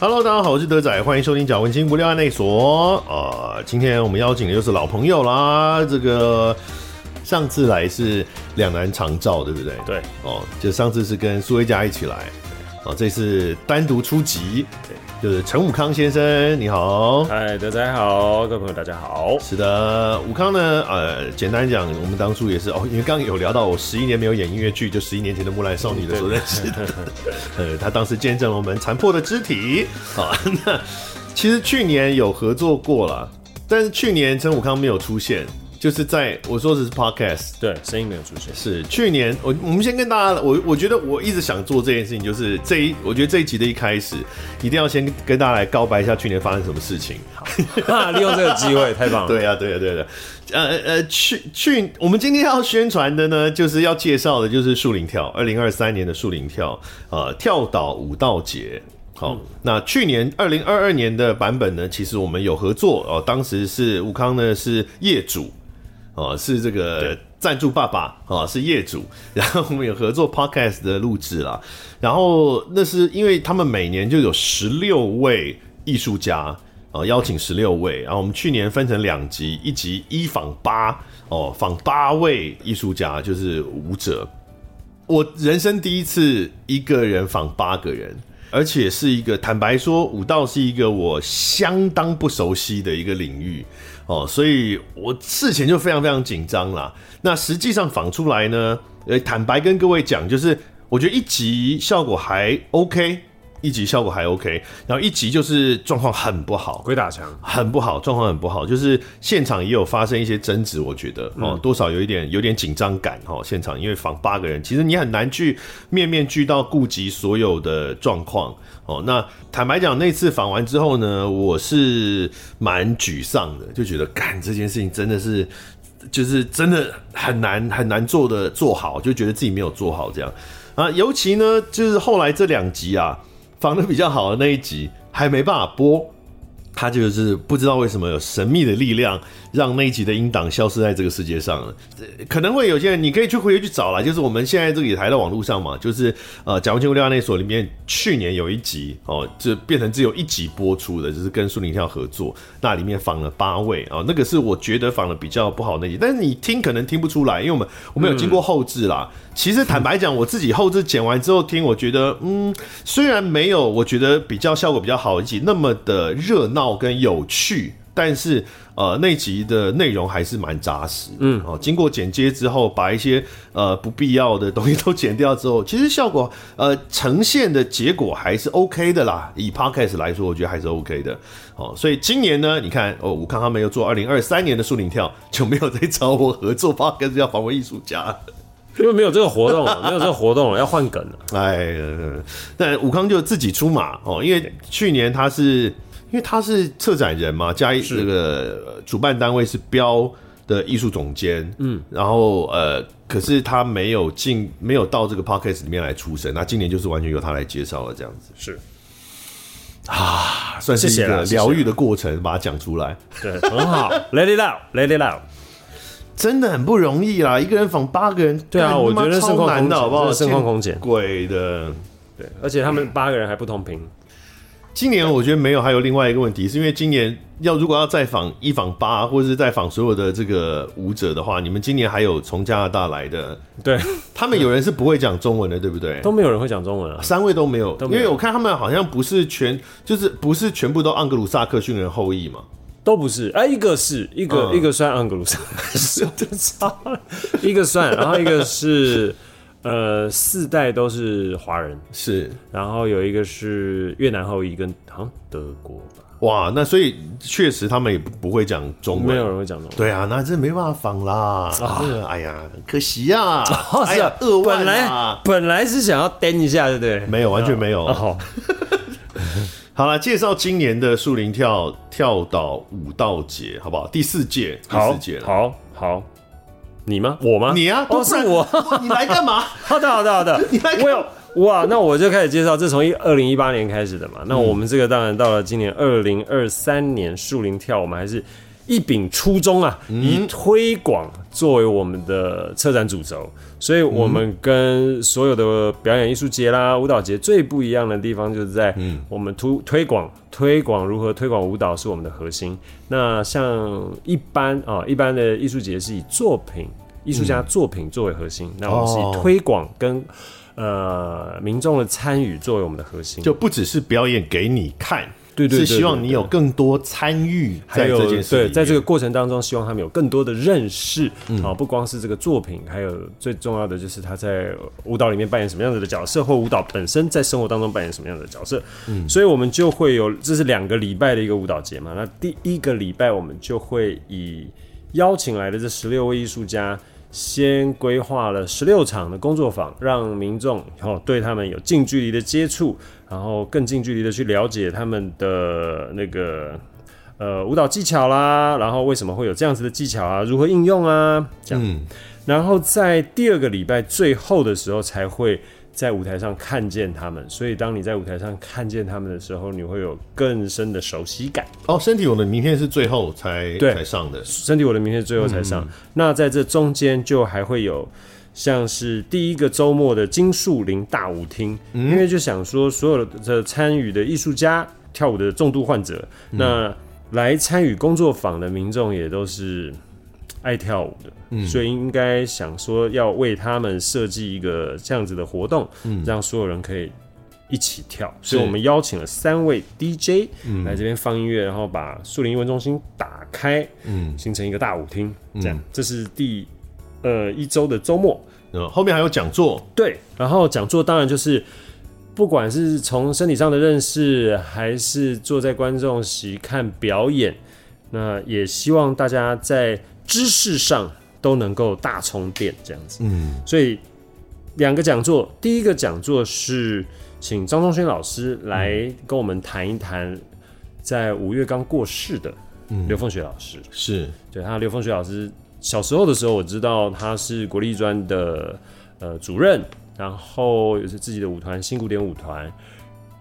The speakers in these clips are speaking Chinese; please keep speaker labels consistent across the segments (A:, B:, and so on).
A: Hello，大家好，我是德仔，欢迎收听《贾文清不料案内所》啊、呃今天我们邀请的又是老朋友啦，这个上次来是两男长照，对不对？
B: 对，
A: 哦，就上次是跟苏威佳一起来，啊，这次单独出击，就是陈武康先生，你好。
B: 嗨，大家哎好，各位朋友大家好。
A: 是的，武康呢，呃，简单讲，我们当初也是哦，因为刚刚有聊到我十一年没有演音乐剧，就十一年前的《木兰少女》的时候认识的， 呃，他当时见证了我们残破的肢体啊。那其实去年有合作过了，但是去年陈武康没有出现，就是在我说的是 podcast，
B: 对，声音没有出现。
A: 是去年，我我们先跟大家，我我觉得我一直想做这件事情，就是这一，我觉得这一集的一开始，一定要先跟大家来告白一下去年发生什么事情。
B: 哈， 利用这个机会，太棒了。
A: 对呀、对呀、对呀、呃呃，去去，我们今天要宣传的呢，就是要介绍的，就是树林跳，二零二三年的树林跳，呃，跳岛舞蹈节。好，那去年二零二二年的版本呢，其实我们有合作哦、当时是吴康呢是业主，哦、是这个赞助爸爸啊、哦是业主， 然后我们有合作 podcast 的录制啦，然后那是因为他们每年就有十六位艺术家。哦，邀请十六位，然后我们去年分成两集，一集一访八，哦，访八位艺术家，就是舞者。我人生第一次一个人访八个人，而且是一个坦白说，舞蹈是一个我相当不熟悉的一个领域哦，所以我事前就非常非常紧张啦。那实际上访出来呢，呃，坦白跟各位讲，就是我觉得一集效果还 OK，一集效果还 OK，然后一集就是状况很不好，
B: 鬼打墙，
A: 很不好，状况很不好，就是现场也有发生一些争执，我觉得哦，多少有一点有点紧张感哦。现场因为访八个人，其实你很难去面面俱到，顾及所有的状况哦。那坦白讲，那次访完之后呢，我是蛮沮丧的，就觉得干这件事情真的是。就是真的很难很难做的做好，就觉得自己没有做好这样啊。尤其呢，就是后来这两集啊，仿的比较好的那一集还没办法播，他就是不知道为什么有神秘的力量，让那一集的音档消失在这个世界上了。呃可能会有些人，你可以去回去找啦，就是我们现在这个也还在网络上嘛，就是呃《假文清无料案内所》里面去年有一集哦，就变成只有一集播出的，就是跟苏宁跳合作，那里面访了八位啊、哦，那个是我觉得访的比较不好的那集，但是你听可能听不出来，因为我们我们有经过后置啦。其实坦白讲，我自己后置剪完之后听，我觉得嗯，虽然没有我觉得比较效果比较好一集那么的热闹跟有趣，但是呃那集的内容还是蛮扎实的。嗯，哦，经过剪接之后，把一些呃不必要的东西都剪掉之后，其实效果呃呈现的结果还是 OK 的啦。以 Podcast 来说，我觉得还是 OK 的。哦，所以今年呢，你看哦，武康他们又做二零二三年的树林跳，就没有再找我合作 Podcast 要访问艺术家。
B: 因为没有这个活 动了，没有这个活动了，要换梗了。
A: 哎，呃但武康就自己出马哦，因为去年他是因为他是策展人嘛，加一这个呃主办单位是标的艺术总监，嗯，然后呃，可是他没有进，没有到这个 podcast 里面来出声，那今年就是完全由他来介绍了，这样子
B: 是，
A: 算是
B: 啊谢
A: 一
B: 谢啦
A: 个
B: 谢谢
A: 疗愈的过程，把它讲出来，
B: 对，很好，Let it out，Let it out。
A: 真的很不容易啊啦，一个人访八个人，
B: 对啊
A: 干
B: 我
A: 他妈
B: 觉得盛
A: 超
B: 况
A: 难
B: 空
A: 的
B: 前
A: 好不
B: 真
A: 好？
B: 的盛况空前
A: 鬼的。
B: 对，而且他们八个人还不同频，
A: 今年我觉得没有，还有另外一个问题，是因为今年要如果要再访一访八，或者是再访所有的这个舞者的话，你们今年还有从加拿大来的，
B: 对，
A: 他们有人是不会讲中文的，对不对？
B: 都没有人会讲中文啊。
A: 三位都没有，
B: 没有
A: 因为我看他们好像不是全，就是不是全部都盎格鲁撒克逊人后裔嘛。
B: 都不是，哎、一个是一个、
A: 嗯
B: 一个算盎格鲁撒克逊， 一个算，然后一个是呃四代都是华人，
A: 是，
B: 然后有一个是越南后裔跟好像德国吧，
A: 哇，那所以确实他们也不不会讲中
B: 没
A: 文。
B: 有人会讲中文。
A: 对啊，那真没办法访啦，这个哎呀，可惜呀、啊，哎
B: 是
A: 呀
B: 啊，，
A: 二万
B: 本
A: 啊
B: 来，本来是想要颠一下，对不对？
A: 没有，完全没有。
B: 哦，
A: 好了，介绍今年的树林跳跳岛舞蹈节，好不好？第四届，第
B: 好
A: 四届，了。
B: 好好，你吗？我吗？
A: 你啊，
B: 哦，
A: 都不
B: 是
A: 然
B: 我。，
A: 你来干 嘛？
B: 好的，好的，好 的。我有哇，那我就开始介绍，这从一二零一八年开始的嘛。那我们这个当然到了今年二零二三年，树林跳，我们还是。一秉初衷啊，以推广作为我们的策展主轴，所以我们跟所有的表演艺术节啦、舞蹈节最不一样的地方，就是在我们突推广推广如何推广舞蹈是我们的核心。那像一般啊、一般的艺术节是以作品艺术家作品作为核心，那我们是
A: 哦
B: 以推广跟呃民众的参与作为我们的核心，
A: 就不只是表演给你看，
B: 对对对
A: 是希望你有更多参与
B: 还
A: 在
B: 有
A: 这件事里
B: 对，
A: 面嗯
B: 在这个过程当中，希望他们有更多的认识啊、不光是这个作品，还有最重要的就是他在舞蹈里面扮演什么样子的角色，或舞蹈本身在生活当中扮演什么样的角色。嗯，所以我们就会有，这是两个礼拜的一个舞蹈节嘛。那第一个礼拜，我们就会以邀请来的这十六位艺术家。先规划了十六场的工作坊，让民众哦对他们有近距离的接触，然后更近距离的去了解他们的那个呃舞蹈技巧啦，然后为什么会有这样子的技巧啊，如何应用啊，这样。然后在第二个礼拜最后的时候才会在舞台上看见他们，所以当你在舞台上看见他们的时候，你会有更深的熟悉感。
A: 哦，身体我的明天是最后才
B: 对
A: 才上的，
B: 身体我的明天最后才上。那在这中间就还会有像是第一个周末的金树林大舞厅，因为就想说所有的参与的艺术家、跳舞的重度患者，那来参与工作坊的民众也都是。爱跳舞的，所以应该想说要为他们设计一个这样子的活动，让所有人可以一起跳，所以我们邀请了三位 DJ 来这边放音乐，然后把树林艺文中心打开，嗯，形成一个大舞厅，这样，这是第呃一周的周末，
A: 嗯，后面还有讲座，
B: 对，然后讲座当然就是，不管是从身体上的认识，还是坐在观众席看表演，那也希望大家在知识上都能够大充电，这样子。嗯，所以两个讲座，第一个讲座是请张忠轩老师来跟我们谈一谈，在五月刚过世的刘凤雪老师。
A: 是
B: 对他，刘凤雪老师小时候的时候，我知道他是国立专的呃主任，然后也是自己的舞团新古典舞团，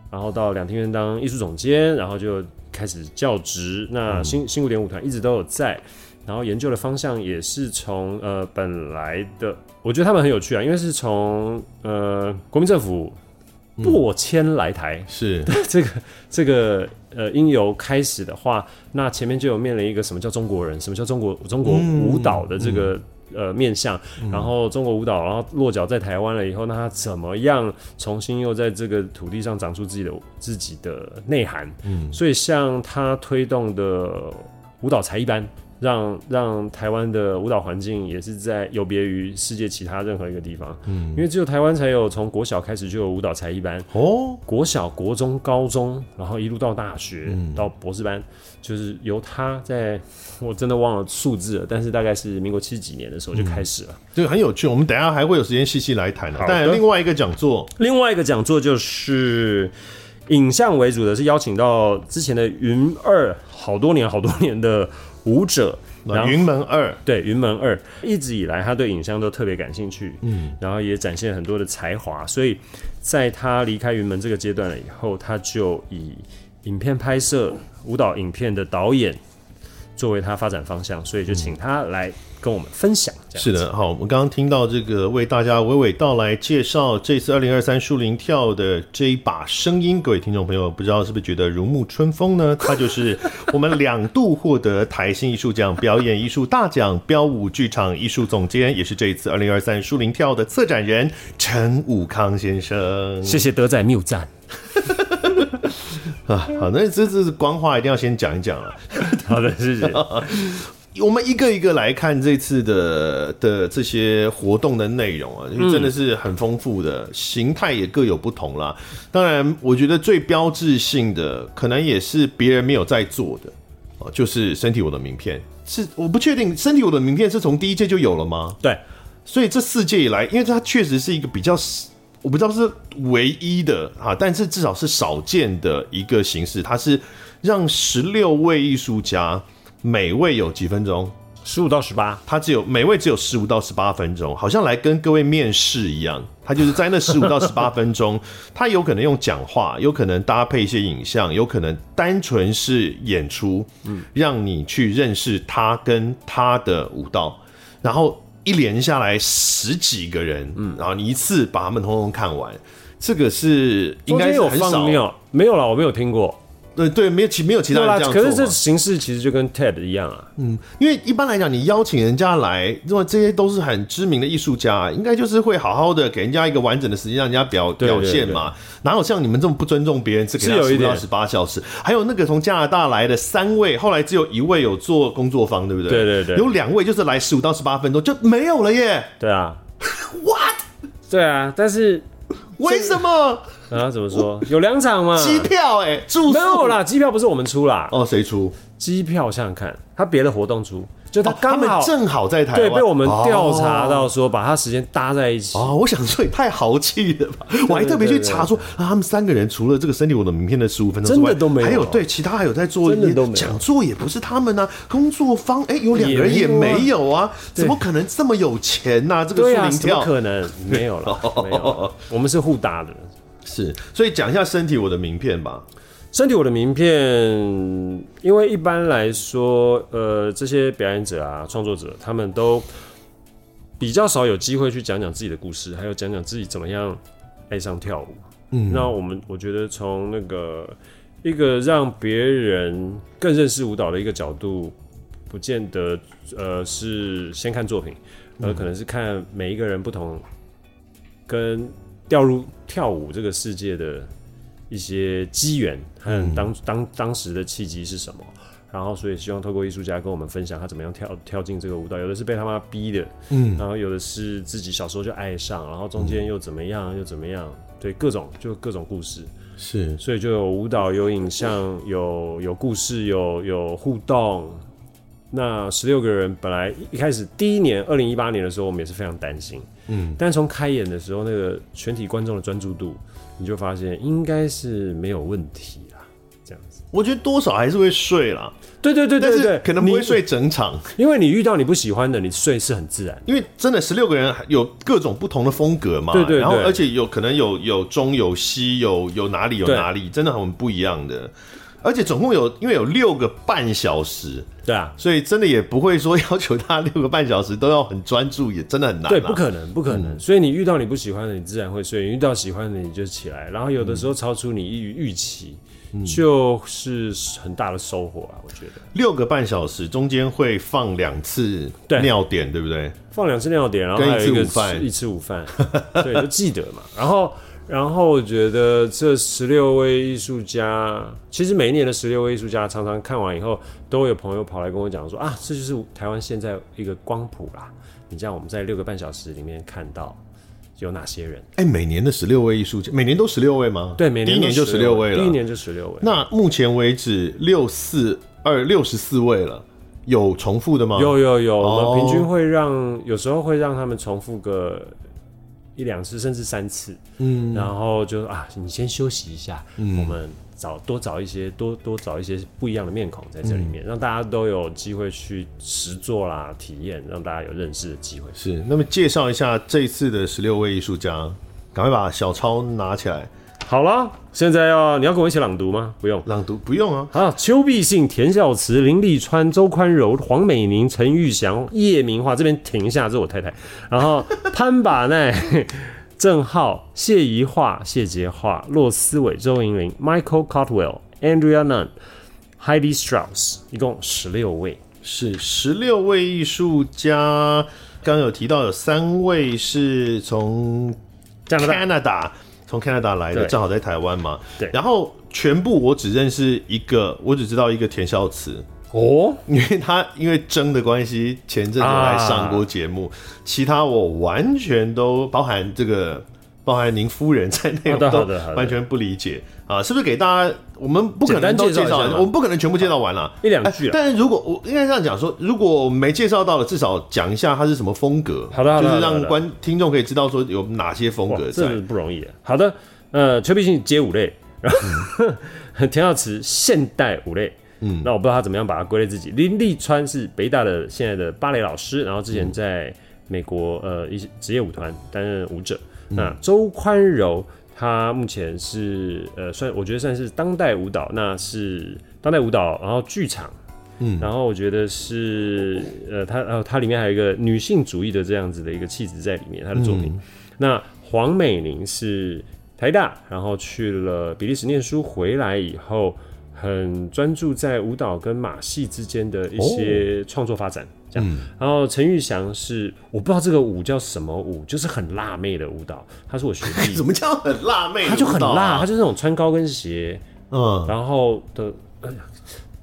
B: 然后到两厅院当艺术总监，然后就开始教职。那新新古典舞团一直都有在，然后研究的方向也是从呃本来的，我觉得他们很有趣啊，因为是从呃国民政府过迁来台，
A: 是，
B: 这个这个呃音游开始的话，那前面就有面临一个什么叫中国人，什么叫中国中国舞蹈的这个、呃面向，然后中国舞蹈，然后落脚在台湾了以后，那他怎么样重新又在这个土地上长出自己的自己的内涵？嗯，所以像他推动的舞蹈才艺班。让让台湾的舞蹈环境也是在有别于世界其他任何一个地方，嗯，因为只有台湾才有从国小开始就有舞蹈才艺班，
A: 哦，
B: 国小、国中、高中，然后一路到大学，到博士班，就是由他在，我真的忘了数字了，但是大概是民国七十几年的时候就开始了。
A: 这个很有趣，我们等一下还会有时间细细来谈、啊。
B: 好的
A: 但另外一个讲座，
B: 另外一个讲座就是影像为主的，是邀请到之前的云二好多年、好多年的舞者，然
A: 那
B: 后
A: 云门二，
B: 对云门二一直以来他对影像都特别感兴趣，嗯，然后也展现很多的才华，所以在他离开云门这个阶段了以后，他就以影片拍摄、舞蹈影片的导演作为他发展方向，所以就请他来跟我们分享。这样
A: 是的，好，我们刚刚听到这个为大家娓娓道来介绍这次二零二三树林跳的这一把声音，各位听众朋友，不知道是不是觉得如沐春风呢？ 它就是我们两度获得台新艺术奖表演艺术大奖标舞剧场艺术总监，也是这一次二零二三树林跳的策展人陈武康先生。
B: 谢谢德仔谬赞。
A: 啊，好，那这这是官话，一定要先讲一讲了。 啊
B: 好的， 谢谢。
A: 我们一个一个来看这次的的这些活动的内容啊，因为真的是很丰富的，形态也各有不同啦。当然，我觉得最标志性的，可能也是别人没有在做的哦，就是《身体我的名片》是我不确定，《身体我的名片》是从第一届就有了吗？
B: 对，
A: 所以这四届以来，因为它确实是一个比较，我不知道是唯一的哈、啊，但是至少是少见的一个形式，它是让十六位艺术家每位有几分钟，
B: 十五到十八，
A: 他只有每位只有十五到十八分钟，好像来跟各位面试一样。他就是在那十五到十八分钟，他有可能用讲话，有可能搭配一些影像，有可能单纯是演出，嗯，让你去认识他跟他的舞蹈，然后一连下来十几个人，嗯，然后你一次把他们通通看完，这个是应该是
B: 中间有
A: 很少
B: 放，尿，没有啦，我没有听过。
A: 对对，没有其没有其他
B: 对
A: 人
B: 啦
A: 这，样
B: 可是
A: 做
B: 这
A: 嘛
B: 形式其实就跟 TED 一样啊，
A: 因为一般来讲，你邀请人家来，如果这些都是很知名的艺术家，应该就是会好好的给人家一个完整的时间，让人家表
B: 对对
A: 表现嘛。哪有像你们这么不尊重别人，只给他
B: 是有一
A: 十
B: 点
A: 到十八小时？还有那个从加拿大来的三位，后来只有一位有做工作坊，对不对？
B: 对对对
A: 有两位就是来十五到十八分钟就没有了耶
B: 对 啊，
A: ！What？
B: 对啊，但是
A: 为什么？
B: 啊怎么说，有两场嘛，
A: 机票哎、住宿
B: 没有啦，机票不是我们出啦，
A: 哦，谁出？
B: 机票想想看，他别的活动出，就他
A: 哦他
B: 刚
A: 们
B: 好
A: 正好在台湾，
B: 对被我们调查
A: 哦
B: 到说把他时间搭在一起，
A: 哦，我想说也太豪气了吧！我还特别去查说啊，他们三个人除了这个身体我的名片的十五分钟之外，
B: 真的都没有啊
A: 还有对其他还有在做
B: 真的都没有
A: 讲座，也不是他们啊，工作方哎、有两个人
B: 也
A: 也
B: 没有啊
A: 没有啊，怎么可能这么有钱呐、这个
B: 对
A: 树
B: 啊，
A: 林
B: 怎么
A: 跳
B: 可能没有 啦，没有啦，我们是互搭的。
A: 是，所以讲一下身体我的名片吧。
B: 身体我的名片，因为一般来说，呃，这些表演者啊、创作者，他们都比较少有机会去讲讲自己的故事，还有讲讲自己怎么样爱上跳舞。嗯，那我们我觉得从那个一个让别人更认识舞蹈的一个角度，不见得呃是先看作品，而可能是看每一个人不同跟掉入跳舞这个世界的一些机缘和当、当当时的契机是什么。然后，所以希望透过艺术家跟我们分享他怎么样跳跳进这个舞蹈，有的是被他妈逼的，嗯，然后有的是自己小时候就爱上，然后中间又怎么样、又怎么样，对，各种就各种故事，
A: 是
B: 所以就有舞蹈、有影像、有有故事、有有互动。那十六个人本来一开始第一年，二零一八年的时候，我们也是非常担心，嗯，但是从开演的时候，那个全体观众的专注度，你就发现应该是没有问题啦，这样子。
A: 我觉得多少还是会睡啦，
B: 对对对
A: 但
B: 对
A: 是
B: 对，
A: 可能不会
B: 你，
A: 睡整场，
B: 因为你遇到你不喜欢的，你睡是很自然的。
A: 因为真的十六个人有各种不同的风格嘛，
B: 对对对
A: 然后而且有可能有有中有西有有哪里有
B: 对
A: 哪里，真的很不一样的。而且总共有因为有六个半小时，
B: 对啊，
A: 所以真的也不会说要求他六个半小时都要很专注，也真的很难、啊。嗯
B: 对，不可能，不可能。所以你遇到你不喜欢的，你自然会睡；你遇到喜欢的，你就起来。然后有的时候超出你预预期，
A: 嗯
B: 就是很大的收获啊！我觉得
A: 六个半小时中间会放两次
B: 对
A: 尿点，对不对？
B: 放两次尿点，然后
A: 跟一
B: 还有一
A: 次
B: 个
A: 午饭
B: 吃一次午饭， 对，就记得嘛。然后，然后我觉得这十六位艺术家，其实每一年的十六位艺术家，常常看完以后，都有朋友跑来跟我讲说啊，这就是台湾现在一个光谱啦。你这样，我们在六个半小时里面看到有哪些人。
A: 哎、每年的十六位艺术家，每年都十六位吗？
B: 对，每年
A: 第一
B: 都
A: 年就十
B: 16
A: 六位了。
B: 第一年就十六位。
A: 那目前为止六四二六十四位了，有重复的吗？
B: 有有有，
A: 哦
B: 我们平均会让，有时候会让他们重复个一两次，甚至三次。嗯，然后就啊，你先休息一下，
A: 嗯
B: 我们找多找一些多多找一些不一样的面孔在这里
A: 嗯
B: 面，让大家都有机会去实做啦、体验，让大家有认识的机会。
A: 是。那么介绍一下这次的十六位艺术家，赶快把小抄拿起来
B: 好了，现在要你要跟我一起朗读吗？不用。
A: 朗读，不用啊。
B: 啊，邱必信、田孝慈、林立川、周宽柔、黄美玲、陈玉祥、叶明华，这边停一下，这是我太太。然后潘把奈、郑浩、谢宜桦、谢杰桦、骆思伟、周莹玲、Michael Cotwell、Andrea Nunn、Heidi Strauss，一共十六位。
A: 是十六位艺术家，刚刚有提到有三位是从
B: 加拿大
A: Canada 从 Canada 来的，
B: 对
A: 正好在台湾嘛。
B: 对
A: 然后全部我只认识一个，我只知道一个田孝慈，
B: 哦，
A: 因为他因为争的关系，前阵子来上过节目，
B: 啊
A: 其他我完全都包含这个。包含您夫人在内，
B: 好
A: 我
B: 的
A: 都
B: 啊好的好的
A: 完全不理解啊！是不是给大家？我们不可
B: 简单
A: 能都介
B: 介绍一
A: 绍
B: 下
A: 完，
B: 嘛
A: 我们不可能全部介绍完了。
B: 一两句啊。
A: 但是如果我应该这样讲说，如果我没介绍到的，至少讲一下它是什么风格，
B: 好的好的
A: 就是
B: 好
A: 让
B: 的
A: 观听众可以知道说有哪些风
B: 哇
A: 格，在
B: 这。不容易啊。好 的，呃，邱必信街舞类，然后田孝慈现代舞类，嗯，那我不知道他怎么样把它归类自己。林立川是北大的现在的芭蕾老师，然后之前在美国呃一些职业舞团担任舞者。
A: 嗯
B: 那周宽柔他目前是呃算我觉得算是当代舞蹈，那是当代舞蹈，然后剧场。嗯，然后我觉得是，呃，他，然后它里面还有一个女性主义的这样子的一个气质在里面，他的作品。那黄美玲是台大，然后去了比利时念书，回来以后很专注在舞蹈跟马戏之间的一些创作发展。这样，然后陈玉祥是我不知道这个舞叫什么舞，就是很辣妹的舞蹈，她是我 学弟
A: 怎，么叫很辣妹？
B: 她就很辣，她
A: 辣，
B: 就是那种穿高跟鞋，
A: 嗯，
B: 然后的，哎呀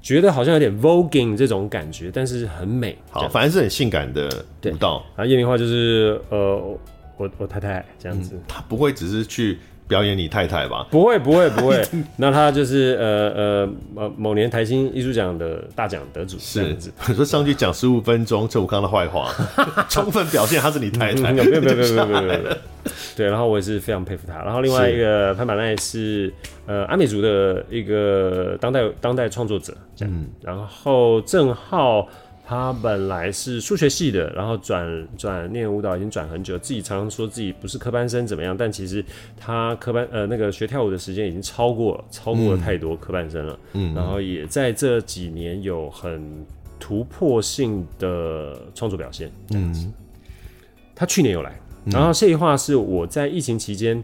B: 觉得好像有点 voguing 这种感觉，但是很美。这
A: 好，
B: 样，
A: 反正是很性感的
B: 对
A: 舞蹈，
B: 然后叶明化就是呃，我我我太太这样子。
A: 他不会只是去表演你太太吧？
B: 不会不会不会，那他就是呃呃呃某年台新艺术奖的大奖得主这
A: 是
B: 样子，，
A: 说上去讲十五分钟郑武康的坏 话，充分表现他是你太太。
B: 没有没有没有没有没有没有没有，对，然后我也是非常佩服他。然后另外一个潘板奈是呃阿美族的一个当代当代创作者，这样。然后郑浩他本来是数学系的，然后转转念舞蹈已经转很久，自己常常说自己不是科班生怎么样，但其实他科班呃那个学跳舞的时间已经超过了，超过了太多科班生了。嗯，然后也在这几年有很突破性的创作表现，这样子。他去年有来，
A: 嗯
B: 然后谢一化是我在疫情期间，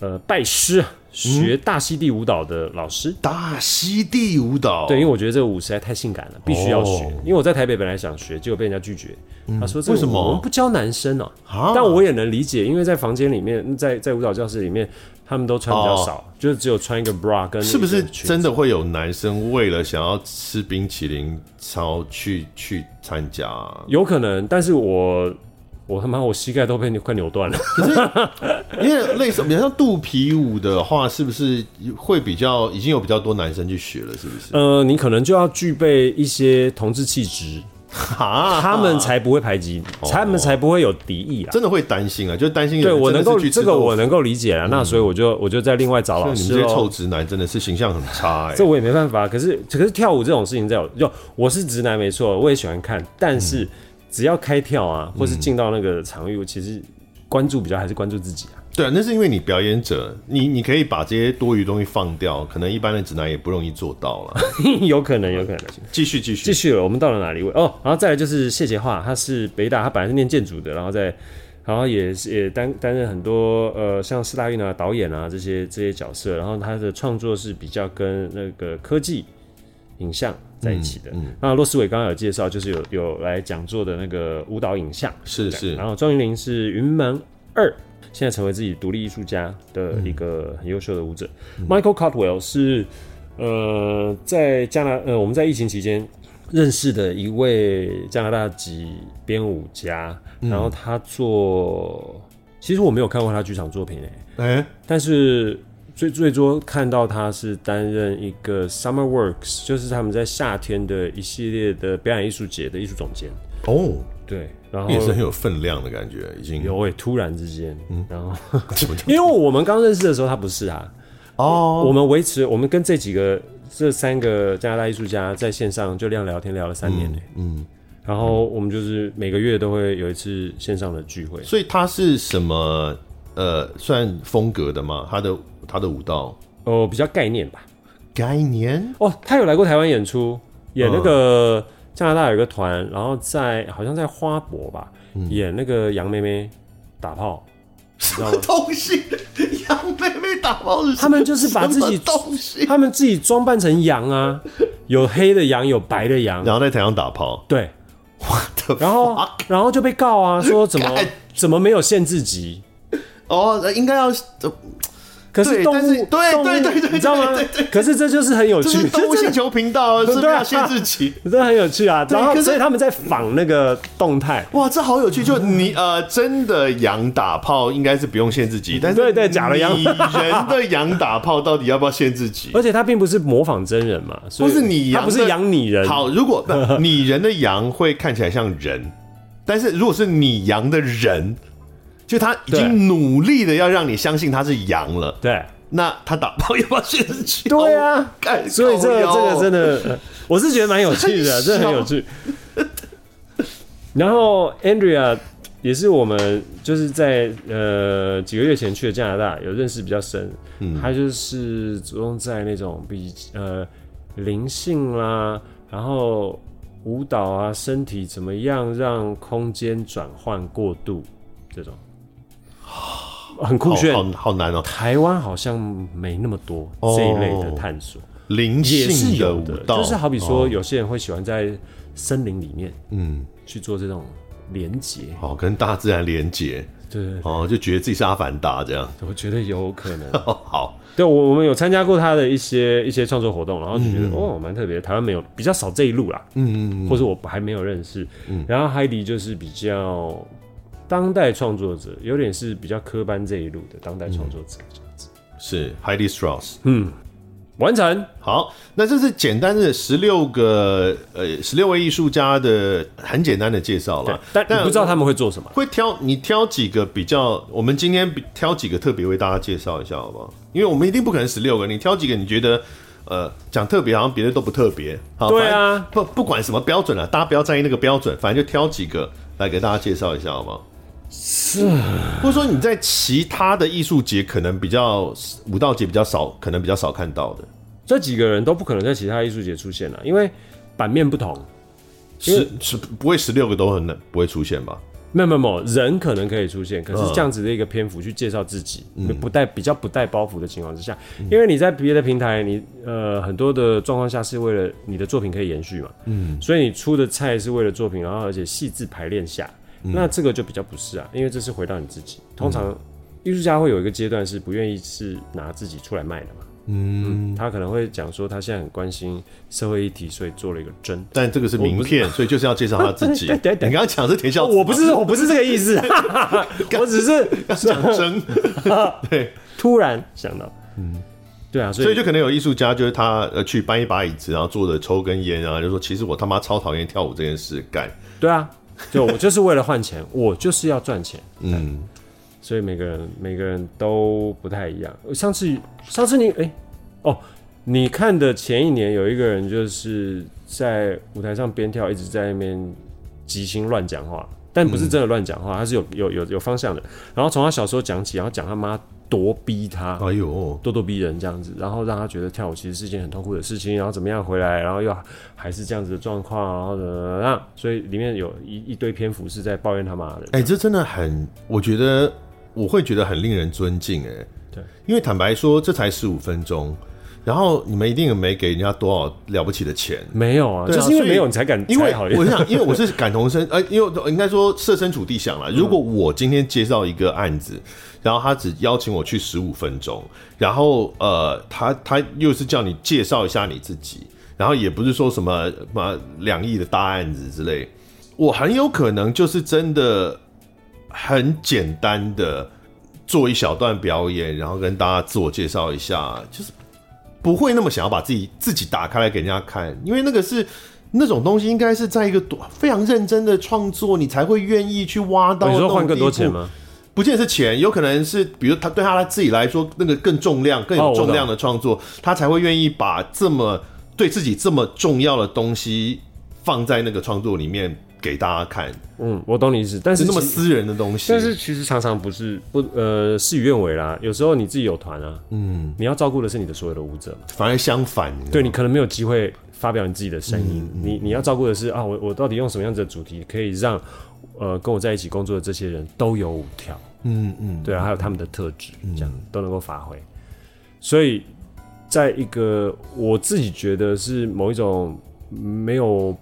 B: 呃，拜师
A: 嗯
B: 啊学大溪地舞蹈的老师。
A: 大溪地舞蹈，
B: 对，因为我觉得这个舞实在太性感了，必须要学。
A: 哦
B: 因为我在台北本来想学，结果被人家拒绝。他说：“
A: 嗯
B: 这
A: 为
B: 个
A: 什么
B: 我们不教男生哦、
A: 啊
B: 但我也能理解，因为在房间里面，在在舞蹈教室里面，他们都穿比较
A: 哦
B: 少，就是只有穿一个 bra 跟
A: 是不
B: 一
A: 是
B: 个裙子
A: 真的会有男生为了想要吃冰淇淋，然后去去参加啊？
B: 有可能？但是我我他妈我膝盖都被你快扭断了。
A: 因为类似比如像肚皮舞的话，是不是会比较已经有比较多男生去学了？是不 是？
B: 呃，你可能就要具备一些同志气质，
A: 哈
B: 他们才不会排挤
A: 哦
B: 你，他们才不会有敌意啊。
A: 真的会担心啊，就担心有
B: 对
A: 人
B: 我
A: 真
B: 能
A: 的
B: 够
A: 是去吃
B: 这个
A: 豆腐嗯
B: 我能够理解啊，那所以我就我就再另外找老
A: 你们
B: 师
A: 这些臭
B: 喽。
A: 直男真的是形象很差哎、
B: 这我也没办法，可是可是跳舞这种事情在我，就我是直男没错，我也喜欢看，但是
A: 嗯
B: 只要开跳啊，或是进到那个场域，我其实关注比较还是关注自己啊。
A: 对啊，那是因为你表演者，你你可以把这些多余东西放掉，可能一般的直男也不容易做到了。
B: 有可能，有可能。
A: 继续继续
B: 继，续了，我们到了哪里？哦，然后再来就是谢杰化，他是北大，他本来是念建筑的，然后在，然后也是也担担任很多呃像四大运啊、导演啊这些这些角色，然后他的创作是比较跟那个科技影像在一起的。
A: 嗯
B: 那洛斯伟刚刚有介绍，就是有有来讲座的那个舞蹈影像，
A: 是是
B: 然，后庄云玲是云门二，现在成为自己独立艺术家的一个很优秀的舞者。Michael
A: 嗯
B: Cardwell 是呃，在加拿呃，我们在疫情期间认识的一位加拿大籍编舞家，
A: 嗯
B: 然后他做，其实我没有看过他剧场作品诶、
A: 哎、
B: 但是最最多看到他是担任一个 Summer Works，就是他们在夏天的一系列的表演艺术节的艺术总监。
A: 哦，
B: 对，然后
A: 也是很有分量的感觉，已经
B: 呃有诶、突然之间，然后。
A: 嗯怎么讲
B: 因为我们刚认识的时候他不是啊，
A: 哦，
B: 我们维持我们跟这几个这三个加拿大艺术家在线上就这样聊天聊了三年呢、嗯。然后我们就是每个月都会有一次线上的聚会，
A: 所以他是什么呃，算风格的吗？他的他的舞蹈
B: 哦，比较概念吧。
A: 概念
B: 哦，他有来过台湾演出，演那
A: 哦
B: 个加拿大有一个团，然后在好像在花博吧，
A: 嗯
B: 演那个杨妹妹 打炮。
A: 什么东西？杨妹妹打包是什么
B: 他们就是把自
A: 什
B: 己
A: 么东西，
B: 他们自己装扮成羊啊，有黑的羊，有白的 羊，
A: 然后在台上打炮，
B: 对，
A: the
B: 然后
A: fuck？
B: 然后就被告啊，说怎么
A: 干
B: 怎么没有限制级？
A: 哦，呃应该要呃
B: 可
A: 对
B: 是动
A: 但
B: 物
A: 是对
B: 动物
A: 对对对对
B: 你知道吗？可是这就是很有
A: 这
B: 趣，
A: 是动物
B: 这
A: 星
B: 真的
A: 球频道啊，是不
B: 对啊
A: 要限制级。
B: 这很有趣啊。然
A: 可
B: 后
A: 是
B: 所以他们在仿那个动态，
A: 哇，这好有趣！就你呃，真的羊打炮应该是不用限制级，但是
B: 对对假的羊
A: 你人的羊打炮到底要不要限制 级？
B: 而且他并不是模仿真人嘛，所以
A: 不是拟
B: 他
A: 羊
B: 不是
A: 的
B: 养拟人，
A: 好，如果不 拟人的羊会看起来像人，但是如果是拟羊的人，就他已
B: 对
A: 经努力的要让你相信他是羊了，
B: 对
A: 那他打包要不要现实去？
B: 对啊
A: 干，
B: 所以这个
A: 靠
B: 这
A: 腰
B: 个真的，呃我是觉得蛮有趣的，
A: 很
B: 这很有趣。然后 Andrea 也是我们就是在呃几个月前去的加拿大，有认识比较深。
A: 嗯
B: 他就是着重在那种比呃灵性啦，然后舞蹈啊，身体怎么样让空间转换过渡这种，很酷炫。
A: 啊好好好难哦，
B: 台湾好像没那么多
A: 哦
B: 这一类的探索，
A: 灵
B: 也是
A: 性
B: 有
A: 舞
B: 的，
A: 蹈
B: 就是好比
A: 哦
B: 说，有些人会喜欢在森林里面
A: 嗯，
B: 去做这种连结，
A: 好哦跟大自然连接
B: 对对对，
A: 哦，就觉得自己是阿凡达这样。
B: 我觉得有可能。
A: 哦，好，
B: 对我我们有参加过他的一些一些创作活动，然后就觉得、哦蛮特别的，台湾没有比较少这一路啦，
A: 嗯嗯
B: 或者我还没有认识。然后海迪就是比较当代创作者，有点是比较科班这一路的当代创作者这样子。
A: 嗯，是 Heidi Strauss。
B: 完成，
A: 好，那这是简单的十六个呃十六位艺术家的很简单的介绍
B: 对
A: 了，，
B: 但你不知道他们会做什么。
A: 会挑你挑几个比较，我们今天比挑几个特别为大家介绍一下，好不好？因为我们一定不可能十六个，你挑几个你觉得呃讲特别，好像别的都不特别。好
B: 对啊，
A: 反正不不管什么标准了、大家不要在意那个标准，反正就挑几个来给大家介绍一下，好不好？是，或者说你在其他的艺术节可能比较舞蹈节比较少，可能比较少看到的。
B: 这几个人都不可能在其他艺术节出现啊了，因为版面不同。因为
A: 十十不会十六个都很难不会出现吧？
B: 没有没有没有，人可能可以出现，可是这样子的一个篇幅去介绍自己，不带比较不带包袱的情况之下，因为你在别的平台，你呃很多的状况下是为了你的作品可以延续嘛，嗯，所以你出的菜是为了作品，然后而且细致排练下，那这个就比较不是啊，因为这是回到你自己。通常艺术家会有一个阶段是不愿意是拿自己出来卖的嘛，嗯，他可能会讲说他现在很关心社会议题，所以做了一个针。
A: 但这个是名片，所以就是要介绍他自己。
B: 对对对对
A: 你刚刚讲的是田笑子吗，
B: 我不是我不是这个意思，哈哈哈 我只是
A: 讲 真，对，
B: 突然想到，嗯，对啊，所以
A: 所以就可能有艺术家，就是他呃去搬一把椅子，然后坐着抽根烟啊，就说其实我他妈超讨厌跳舞这件事，干，
B: 对啊，就我就是为了换钱，我就是要赚钱，哎
A: 嗯，
B: 所以每个人每个人都不太一样。呃上次上次你哎、哦，你看的前一年有一个人就是在舞台上边跳，一直在那边即兴乱讲话，但不是真的乱讲话，他是有有有有方向的。然后从他小时候讲起，然后讲他妈多逼他，
A: 哎呦，
B: 咄咄逼人这样子，然后让他觉得跳舞其实是一件很痛苦的事情，然后怎么样回来，然后又还是这样子的状况，然后呢，那所以里面有一一堆篇幅是在抱怨他妈的，
A: 哎、这真的很，我觉得我会觉得很令人尊敬、哎，
B: 对，
A: 因为坦白说，这才十五分钟，然后你们一定没给人家多少了不起的钱，
B: 没有啊，
A: 对啊
B: 就是因为
A: 所以
B: 没有你才敢
A: 因为
B: 才好
A: 我想，因为我是感同身，呃，因为应该说设身处地想了，如果
B: 嗯
A: 我今天接到一个案子，然后他只邀请我去十五分钟，然后呃，他他又是叫你介绍一下你自己，然后也不是说什么什么两亿的大案子之类，我很有可能就是真的很简单的做一小段表演，然后跟大家自我介绍一下，就是不会那么想要把自己自己打开来给人家看，因为那个是那种东西，应该是在一个多非常认真的创作，你才会愿意去挖到。
B: 哦你说换更多钱？吗？
A: 不见得是钱，有可能是比如他对他自己来说，那个更重量、更
B: 哦
A: 有
B: 我懂
A: 重量的创作，他才会愿意把这么对自己这么重要的东西放在那个创作里面给大家看，
B: 嗯，我懂你意思，但
A: 是
B: 是
A: 那么
B: 其
A: 私人的东西。
B: 但是其实常常不是不呃事与愿违啦，有时候你自己有团啊，嗯，你要照顾的是你的所有的舞者嘛，
A: 反而相反，你知道吗
B: 对你可能没有机会发表你自己的声音，
A: 嗯
B: 你你要照顾的是啊，我我到底用什么样子的主题可以让呃跟我在一起工作的这些人都有舞跳，
A: 嗯嗯，
B: 对啊，还有他们的特质，这样都能够发挥。所以，在一个我自己觉得是某一种没有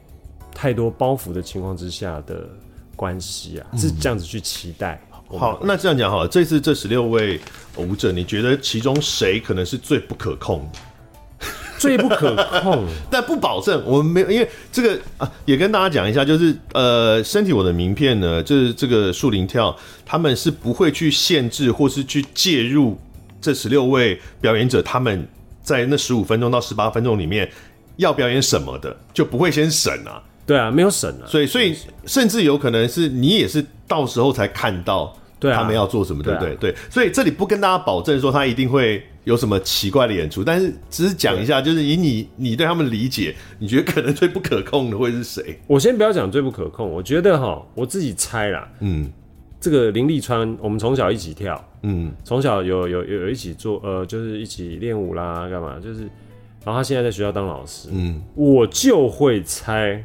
B: 太多包袱的情况之下的关系啊，是这样子去期待。
A: 好，那这样讲好了，这次这十六位舞者，你觉得其中谁可能是最不可控的？
B: 最不可 控，
A: 但不保证，我们没有，因为这个啊，也跟大家讲一下，就是呃，身体我的名片呢，就是这个树林跳，他们是不会去限制或是去介入这十六位表演者他们在那十五分钟到十八分钟里面要表演什么的，就不会先审啊。
B: 对啊，没有省啊，
A: 所以，所以甚至有可能是你也是到时候才看到
B: 对啊
A: 他们要做什么，对不对？对，所以这里不跟大家保证说他一定会有什么奇怪的演出，但是只是讲一下，就是以你你对他们理解，你觉得可能最不可控的会是谁？
B: 我先不要讲最不可控，我觉得哈，我自己猜啦，
A: 嗯
B: 这个林立川，我们从小一起跳，
A: 嗯，
B: 从小有有有有一起做，呃，就是一起练舞啦，干嘛？就是，然后他现在在学校当老师，
A: 嗯
B: 我就会猜，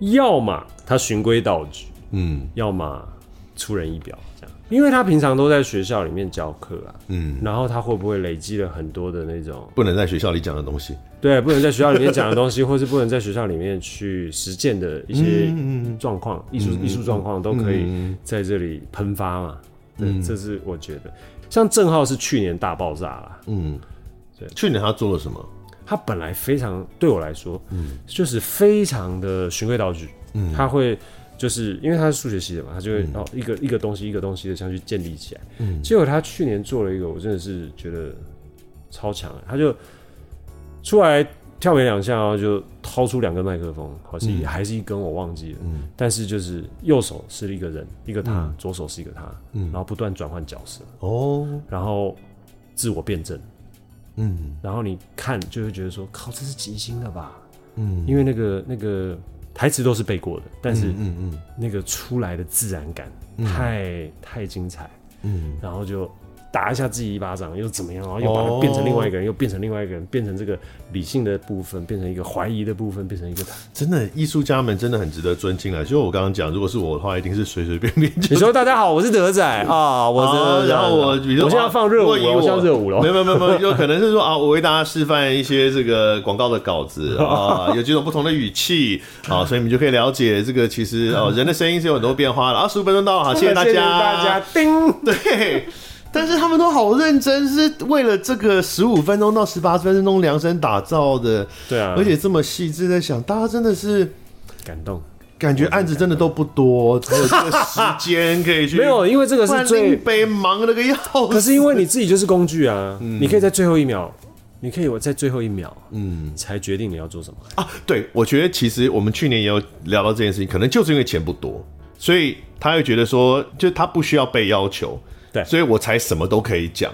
B: 要么他循规蹈矩，
A: 嗯
B: 要么出人意表，这样，因为他平常都在学校里面教课啊，
A: 嗯，
B: 然后他会不会累积了很多的那种
A: 不能在学校里讲的东西，
B: 对，不能在学校里面讲的东西， 或是不能在学校里面去实践的一些状况、艺术艺术状况，都可以在这里喷发嘛。嗯，这是我觉得。像郑浩是去年大爆炸啦，
A: 嗯
B: 对，
A: 去年他做了什么？
B: 他本来非常对我来说，嗯，就是非常的循规蹈矩，嗯，他会。就是因为他是数学系的嘛，他就会、哦一个一个东西一个东西的像去建立起来。嗯，结果他去年做了一个，我真的是觉得超强的，他就出来跳没两下，然后就掏出两个麦克风，好像也还是一根，我忘记了。但是就是右手是一个人，一个他，左手是一个他，然后不断转换角色，
A: 哦，
B: 然后自我辩证，
A: 嗯
B: 然后你看就会觉得说，靠，这是即兴的吧？
A: 嗯
B: 因为那个那个台词都是背过的，但是
A: 嗯嗯
B: 那个出来的自然感太太精彩，
A: 嗯，哦
B: 然后就打一下自己一巴掌，又怎么样？然后又把它变成另外一个人，又变成另外一个人，变成这个理性的部分，变成一个怀疑的部分，变 成一个他。
A: 真的艺术家们真的很值得尊敬啊！就我刚刚讲，如果是我的话，一定是随随便便就
B: 你说大家好，我是德仔啊，我
A: 啊
B: 是，
A: 然后我比如说
B: 我现在要放热
A: 如果
B: 舞了，
A: 以
B: 我现在要热舞了
A: 没。有没有没有没有，就可能是说啊，我为大家示范一些这个广告的稿子啊，有几种不同的语气啊，所以你们就可以了解这个其实哦，人的声音是有很多变化的啊。十五分钟到了，好，谢谢大家，
B: 大家，叮。
A: 对。但是他们都好认真，是为了这个十五分钟到十八分钟量身打造的，
B: 对啊，
A: 而且这么细致在想，大家真的是
B: 感动。
A: 感觉案子真的都不多，才有这个时间可以去。
B: 没有，因为这个
A: 不
B: 是
A: 然
B: 最
A: 林，北忙那个要
B: 可
A: 死。
B: 是因为你自己就是工具啊，
A: 嗯
B: 你可以在最后一秒，你可以我在最后一秒，嗯，才决定你要做什么。
A: 啊，对，我觉得其实我们去年也有聊到这件事情，可能就是因为钱不多，所以他会觉得说，就他不需要被要求，
B: 对
A: 所以我才什么都可以讲。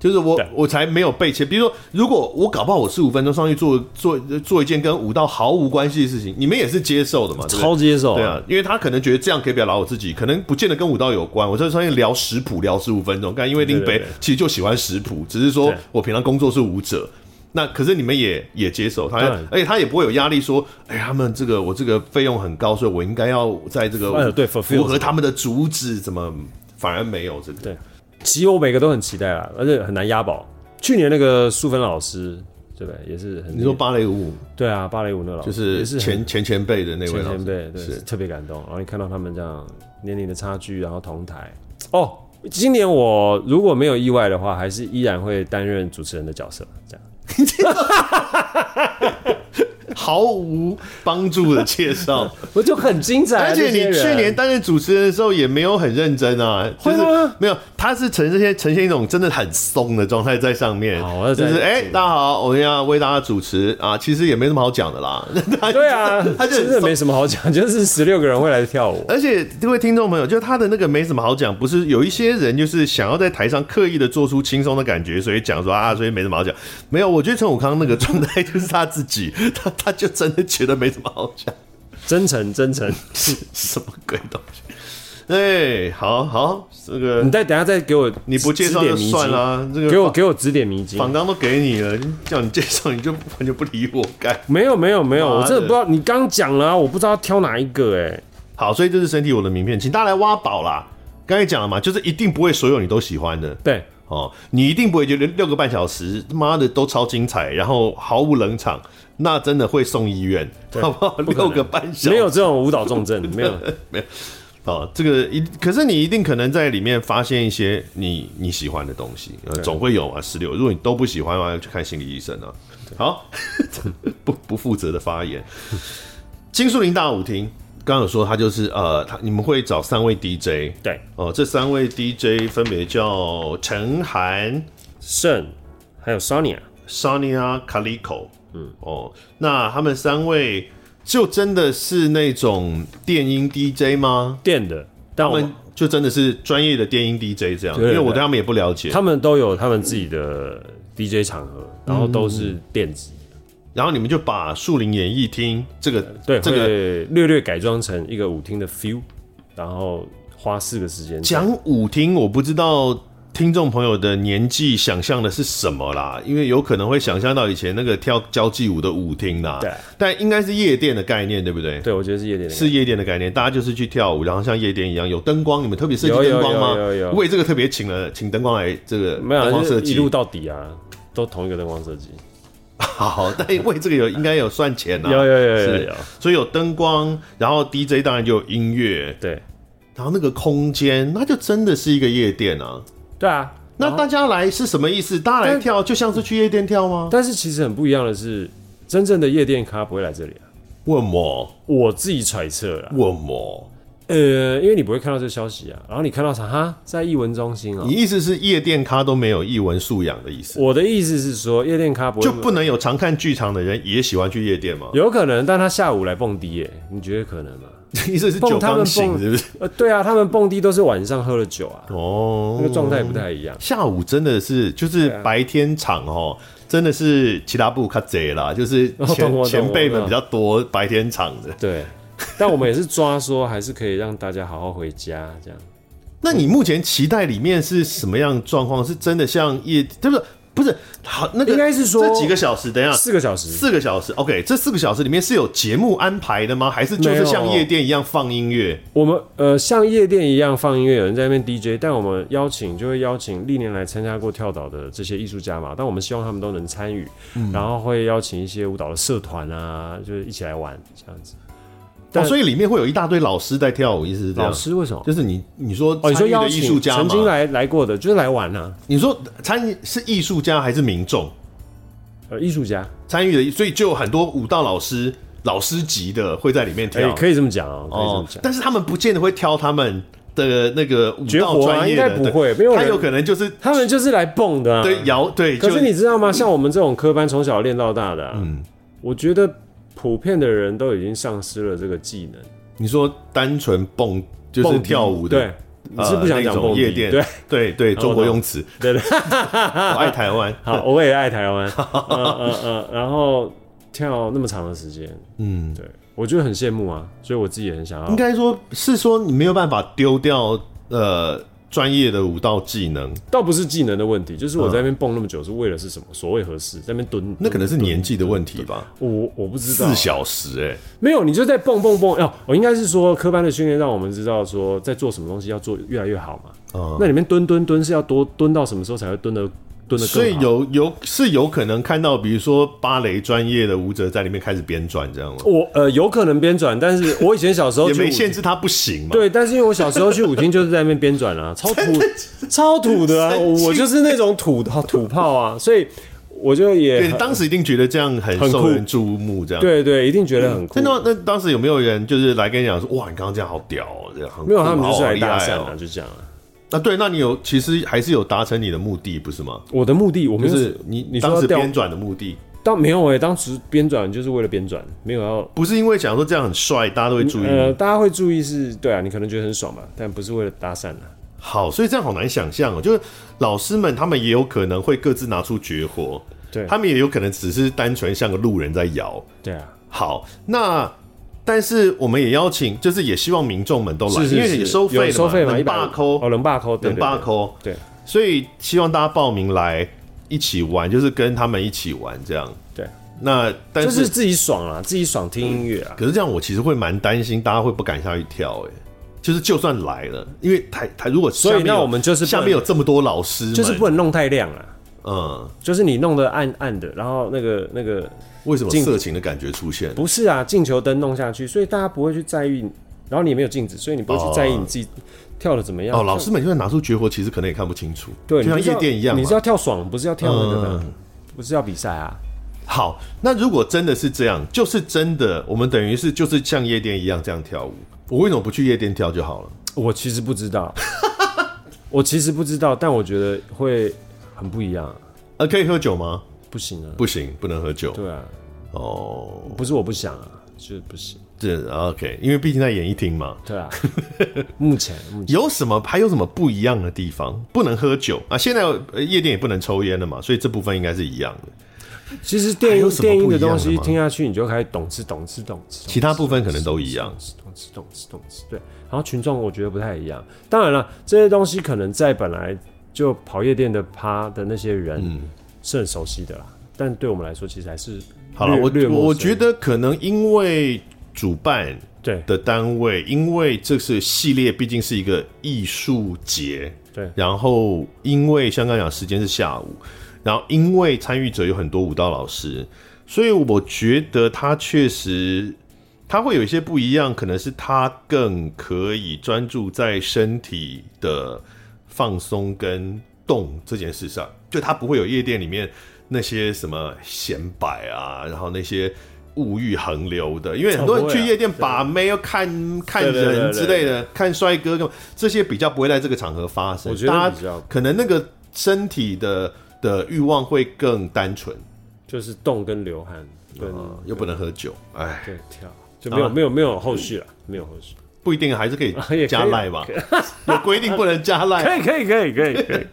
A: 就是我
B: 对，
A: 我才没有被钱。比如说，如果我搞不好我十五分钟上去做做做一件跟舞蹈毫无关系的事情，你们也是接受的嘛？对不对
B: 超接受，
A: 对啊，因为他可能觉得这样可以表达我自己，可能不见得跟武道有关。我在上面聊食谱聊十五分钟，但因为林
B: 对
A: 北
B: 对对
A: 其实就喜欢食谱，只是说
B: 对
A: 我平常工作是舞者。那可是你们也也接受他
B: 当然，
A: 而且他也不会有压力说，哎、他们这个我这个费用很高，所以我应该要在这个
B: 哎对，fulfill
A: 符合他们的主旨，怎么反而没有这个？
B: 对其实我每个都很期待啦，而且很难押宝。去年那个素芬老师，对不对？也是很
A: 你说芭蕾舞
B: 对啊，芭蕾舞那老师
A: 就
B: 也
A: 是
B: 是很
A: 前前前辈的那位
B: 前
A: 老师
B: 前，辈对
A: 是
B: 特别感动。然后你看到他们这样年龄的差距，然后同台哦。今年我如果没有意外的话，还是依然会担任主持人的角色，这样
A: 毫无帮助的介绍。
B: 我就很精彩啊。
A: 而且你
B: 这些
A: 去
B: 人
A: 年担任主持人的时候也没有很认真啊，就
B: 会
A: 是
B: 吗
A: 没有，他是呈现呈现一种真的很松的状态在上面
B: 好我要，
A: 就
B: 再
A: 是哎、大家好，我要为大家主持啊，其实也没什么好讲的啦。
B: 对啊，
A: 他就很
B: 真的没什么好讲， 就是十六个人会来跳舞，
A: 而且各位听众朋友，就他的那个没什么好讲，不是有一些人就是想要在台上刻意的做出轻松的感觉，所以讲说啊，所以没什么好讲。没有，我觉得陈武康那个状态就是他自己，他他就真的觉得没什么好讲。
B: 真诚真诚。
A: 是什么鬼东西？对，好好，这个
B: 你再等一下再给我指，
A: 你不介绍就
B: 指点迷津
A: 算啦，这个
B: 给我
A: 访
B: 给我指点迷津。
A: 访纲都给你了，叫你介绍你就完全不理我干。
B: 没有没有没有，
A: 妈的
B: 我真的不知道你刚讲了啊、我不知道要挑哪一个哎、
A: 好，所以这是身体我的名片，请大家来挖宝啦。刚才讲了嘛，就是一定不会所有你都喜欢的
B: 对，
A: 哦，你一定不会觉得六个半小时，妈的都超精彩，然后毫无冷场，那真的会送医院，好不好？六个半小时
B: 没有这种舞蹈重症，没有。
A: 哦，这个一可是你一定可能在里面发现一些你你喜欢的东西，呃，总会有啊。十六，如果你都不喜欢的话，要去看心理医生啊。好， 不不负责的发言。金树林大舞厅刚刚有说，他就是呃，他你们会找三位 DJ
B: 对，
A: 哦、这三位 DJ 分别叫陈涵、
B: 肾还有 Sonia，
A: Sonia Calico，嗯，哦，那他们三位就真的是那种电音 DJ 吗？
B: 电的，但
A: 他
B: 我
A: 们就真的是专业的电音 DJ 这样，因
B: 对
A: 为我
B: 对
A: 对他们也不了解。
B: 他们都有他们自己的 DJ 场合，然后都是
A: 嗯
B: 电子，
A: 然后你们就把《树林演艺厅》这个
B: 对，
A: 这个
B: 会略略改装成一个舞厅的 feel，然后花四个时间
A: 讲舞厅，我不知道听众朋友的年纪想象的是什么啦，因为有可能会想象到以前那个跳交际舞的舞厅啦，
B: 对，
A: 但应该是夜店的概念，对不对？
B: 对，我觉得是有点
A: 是夜店的概念，大家就是去跳舞，然后像夜店一样有灯光，你们特别设计
B: 有有
A: 灯光吗？
B: 有有有
A: 为这个特别请了请灯光来这个
B: 没有
A: 灯
B: 啊，
A: 光
B: 就
A: 设
B: 是
A: 计，
B: 一路到底啊，都同一个灯光设计，
A: 好，但为这个有应该有算钱啊，
B: 有有有有
A: 是
B: 有，
A: 所以有灯光，然后 DJ 当然就有音乐，
B: 对
A: 然后那个空间，那就真的是一个夜店啊。
B: 对啊。
A: 那大家来是什么意思？大家来跳，就像是去夜店跳吗？
B: 但是其实很不一样的是，真正的夜店咖不会来这里啊。
A: 问我，
B: 我自己揣测啦，
A: 问我，
B: 呃，因为你不会看到这个消息啊，然后你看到啥哈，在艺文中心啊、
A: 你意思是夜店咖都没有艺文素养的意思，
B: 我的意思是说，夜店咖不会
A: 就不能有常看剧场的人也喜欢去夜店 吗？
B: 有可能，但他下午来蹦迪耶、你觉得可能吗？
A: 意思是酒刚醒是不是？
B: 呃，对啊，他们蹦迪都是晚上喝了酒啊，
A: 哦
B: 那，个状态不太一样。
A: 下午真的是就是
B: 啊
A: 白天场哦，真的是其他部卡贼啦，就是
B: 哦懂
A: 前
B: 我懂
A: 前辈们
B: 我
A: 比较多白天场的。
B: 对，但我们也是抓说，还是可以让大家好好回家这样。
A: 那你目前期待里面是什么样状况？是真的像夜，对不对？不是好那个
B: 应该是说
A: 这几个小时，等一下。
B: 四个小时，
A: 四个小时，OK，这四个小时里面是有节目安排的吗？还是就是像
B: 没有
A: 夜店一样放音乐？
B: 我们呃像夜店一样放音乐，有人在那边 DJ，但我们邀请就会邀请历年来参加过跳岛的这些艺术家嘛，但我们希望他们都能参与，然后会邀请一些舞蹈的社团啊，就是一起来玩这样子。
A: 哦，
B: 但
A: 所以里面会有一大堆老师在跳舞，意思是这
B: 老
A: 样？
B: 师为什么？
A: 就是你你说
B: 哦，你说
A: 参与的
B: 邀
A: 艺术
B: 请
A: 家
B: 曾经
A: 嘛？
B: 来来过的，就是来玩啊，
A: 你说参与是艺术家还是民众
B: 呃，艺术家，
A: 参与的？所以就有很多舞蹈老师、老师级的会在里面
B: 哎、
A: 跳。
B: 可以这么讲哦，可以这么
A: 哦
B: 讲，。
A: 但是他们不见得会挑他们的那个舞
B: 绝
A: 蹈
B: 活啊，
A: 专
B: 应
A: 业
B: 该
A: 的，
B: 不
A: 对
B: 会，没有
A: 他
B: 人
A: 有可能就是
B: 他们就是来蹦的、啊。
A: 对，摇对，
B: 可
A: 就是
B: 你知道吗？像我们这种科班从小练到大的、啊，嗯，我觉得普遍的人都已经丧失了这个技能。
A: 你说单纯蹦就是
B: 蹦迪
A: 跳舞的，
B: 对，你是不想
A: 呃那
B: 讲
A: 种
B: 蹦迪
A: 夜店，
B: 对
A: 对对，中国用词，
B: 对 对。
A: 我
B: 啊
A: 爱台湾。
B: 好，我也爱 台湾，嗯嗯嗯，然后跳那么长的时间，嗯，对，我觉得很羡慕啊，所以我自己也很想要
A: 应。该说是说你没有办法丢掉呃专业的舞蹈技能，
B: 倒不是技能的问题，就是我在那边蹦那么久是为了是什么？所谓合适，在那边蹲，
A: 嗯那可能是
B: 蹲
A: 年纪的问题吧。
B: 我我不知道
A: 四小时哎、
B: 没有，你就在蹦蹦蹦。哦，我应该是说科班的训练让我们知道说在做什么东西要做越来越好嘛。
A: 哦
B: 那里面蹲蹲蹲是要多蹲到什么时候才会蹲的蹲的
A: 所
B: 更
A: 以
B: 好？
A: 有有是有可能看到，比如说芭蕾专业的舞者在里面开始编转这样吗？
B: 我呃有可能编转，但是我以前小时 候
A: 也
B: 去
A: 没
B: 舞
A: 限
B: 厅，
A: 制他不行嘛。
B: 对，但是因为我小时候去舞厅就是在那边编转 啊，超土超土的啊，
A: 神经
B: 我就是那种土土炮啊，所以我就也
A: 对，你当时一定觉得这样很
B: 很酷
A: 受人注目，这样。
B: 对对，一定觉得很酷
A: 真。的吗？那当时有没有人就是来跟你讲说，哇，你刚刚这样好屌、哦，这样很
B: 没有，
A: 酷
B: 他们就
A: 好
B: 是来
A: 厉害
B: 搭讪
A: 哦
B: 啊，就这样啊。
A: 啊，对，那你有其实还是有达成你的目的，不是吗？
B: 我的目的，我
A: 就
B: 们
A: 是你
B: 你说
A: 当
B: 要
A: 时
B: 调
A: 编转的目的，
B: 当没有哎、当时编转就是为了编转，没有要
A: 不是因为想说这样很帅，大家都会注意
B: 呃，
A: 你。
B: 大家会注意是，对啊，你可能觉得很爽嘛，但不是为了搭讪啊。
A: 好，所以这样好难想象哦。就是老师们他们也有可能会各自拿出绝活，
B: 对
A: 他们也有可能只是单纯像个路人在摇。
B: 对啊，
A: 好，那但是我们也邀请，就是也希望民众们都来，
B: 是是
A: 因为
B: 是
A: 也收费
B: 有
A: 了
B: 收费嘛，
A: 能
B: 一百
A: 罢扣，
B: 哦，能罢扣，对
A: 能罢，扣。
B: 对对
A: 所以希望大家报名来一起玩，就是跟他们一起玩这样。
B: 对，
A: 那但、
B: 对就
A: 嗯
B: 是是自己爽啦，自己爽听音乐啊。
A: 可是这样，我其实会蛮担心大家会不敢下去跳、欸。哎，就是就算来了，因为台台如果
B: 所以
A: 下面有
B: 那我们就是不
A: 下面有这么多老师们，
B: 就是不能弄太亮啊，
A: 嗯，
B: 就是你弄得暗暗的，然后那个那个
A: 为什么
B: 进
A: 色情的感觉出现？
B: 不是啊，进球灯弄下去，所以大家不会去在意你，然后你也没有镜子，所以你不会去在意你自己跳的怎么样。
A: 哦，老师们就算拿出绝活，其实可能也看不清楚，
B: 对，
A: 就像
B: 你就是
A: 夜
B: 要
A: 店一样嘛嗯
B: 你是。要跳爽，不是要跳那个的，不是要比赛啊。
A: 好，那如果真的是这样，就是真的，我们等于是就是像夜店一样这样跳舞。我为什么不去夜店跳就好了？
B: 我其实不知道， 我其实不知道，但我觉得会很不一样，啊
A: 呃，可以喝酒吗？
B: 不行啊，
A: 不行，不能喝酒。
B: 对啊，
A: 哦，
B: 不是我不想啊，就是不行。
A: 这 OK，因为毕竟在演艺厅嘛。
B: 对啊， 目前目前
A: 有什么还有什么不一样的地方？不能喝酒啊，现在呃夜店也不能抽烟了嘛，所以这部分应该是一样
B: 哦
A: 的。
B: 其实电
A: 还有
B: 音
A: 什么
B: 电音
A: 不一
B: 的
A: 样的
B: 东西
A: 吗
B: 听下去，你就开始懂吃懂吃懂吃。
A: 其他部分可能都一样
B: 懂吃懂吃懂吃懂吃。对，然后群众我觉得不太一样。当然了，这些东西可能在本来就跑夜店的趴的那些人是很熟悉的啦，但对我们来说其实还是
A: 好了，
B: 略
A: 我
B: 略陌生
A: 我觉得可能因为主办
B: 对
A: 的单位，因为这是系列，毕竟是一个艺术节，
B: 对
A: 然后因为香港讲时间是下午，然后因为参与者有很多舞蹈老师，所以我觉得他确实他会有一些不一样，可能是他更可以专注在身体的放松跟动这件事上，就他不会有夜店里面那些什么显摆啊，然后那些。物欲横流的，因为很多人去夜店
B: 哦不会啊
A: 把妹要看看
B: 对对对
A: 人
B: 对
A: 之类的，看帅哥这种这些比较不会在这个场合发生。
B: 我觉得
A: 大
B: 比较
A: 家可能那个身体的的欲望会更单纯，
B: 就是动跟流汗跟
A: 嗯，又不能喝酒，哎，
B: 对跳，就没有
A: 啊
B: 没有没有后续了，没有后续。
A: 不一定还是可
B: 啊 也可
A: 以
B: 以
A: 加赖吧？ 有规定不能加赖
B: 可以可以可以可以可以。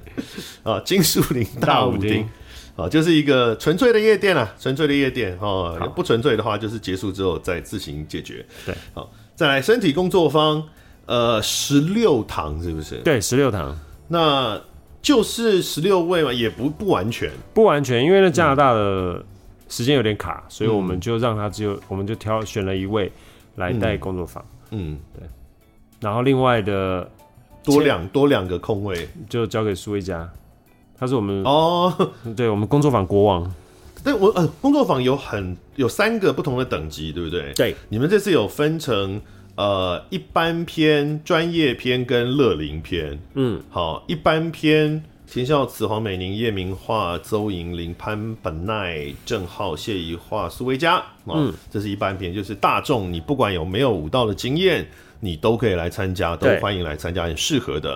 A: 啊！金树林大舞
B: 大舞厅
A: 厅啊，就是一个纯粹的夜店啊，纯粹的夜店哦。不纯粹的话，就是结束之后再自行解决。
B: 对，
A: 好，再来身体工作坊，呃，十六堂是不是？
B: 对，十六堂
A: 那就是十六位嘛，也不不完全。
B: 不完全，因为那加拿大的时间有点卡，所以我们就让他只有，我们就挑选了一位来带工作坊，
A: 嗯，
B: 然后另外的
A: 多两多两个空位
B: 就交给苏威佳，他是我们、
A: 哦。
B: 对我们工作坊国王，
A: 但我呃，工作坊有很有三个不同的等级，对不对？
B: 对，
A: 你们这次有分成呃一般篇、专业篇跟乐龄篇。
B: 嗯，
A: 好，一般篇。田孝慈、黄美玲、叶明化、邹莹玲、潘本奈、郑浩、谢宜化、苏维佳，嗯，这是一般篇，就是大众，你不管有没有武道的经验，你都可以来参加，都
B: 对
A: 欢迎来参加，很适合的。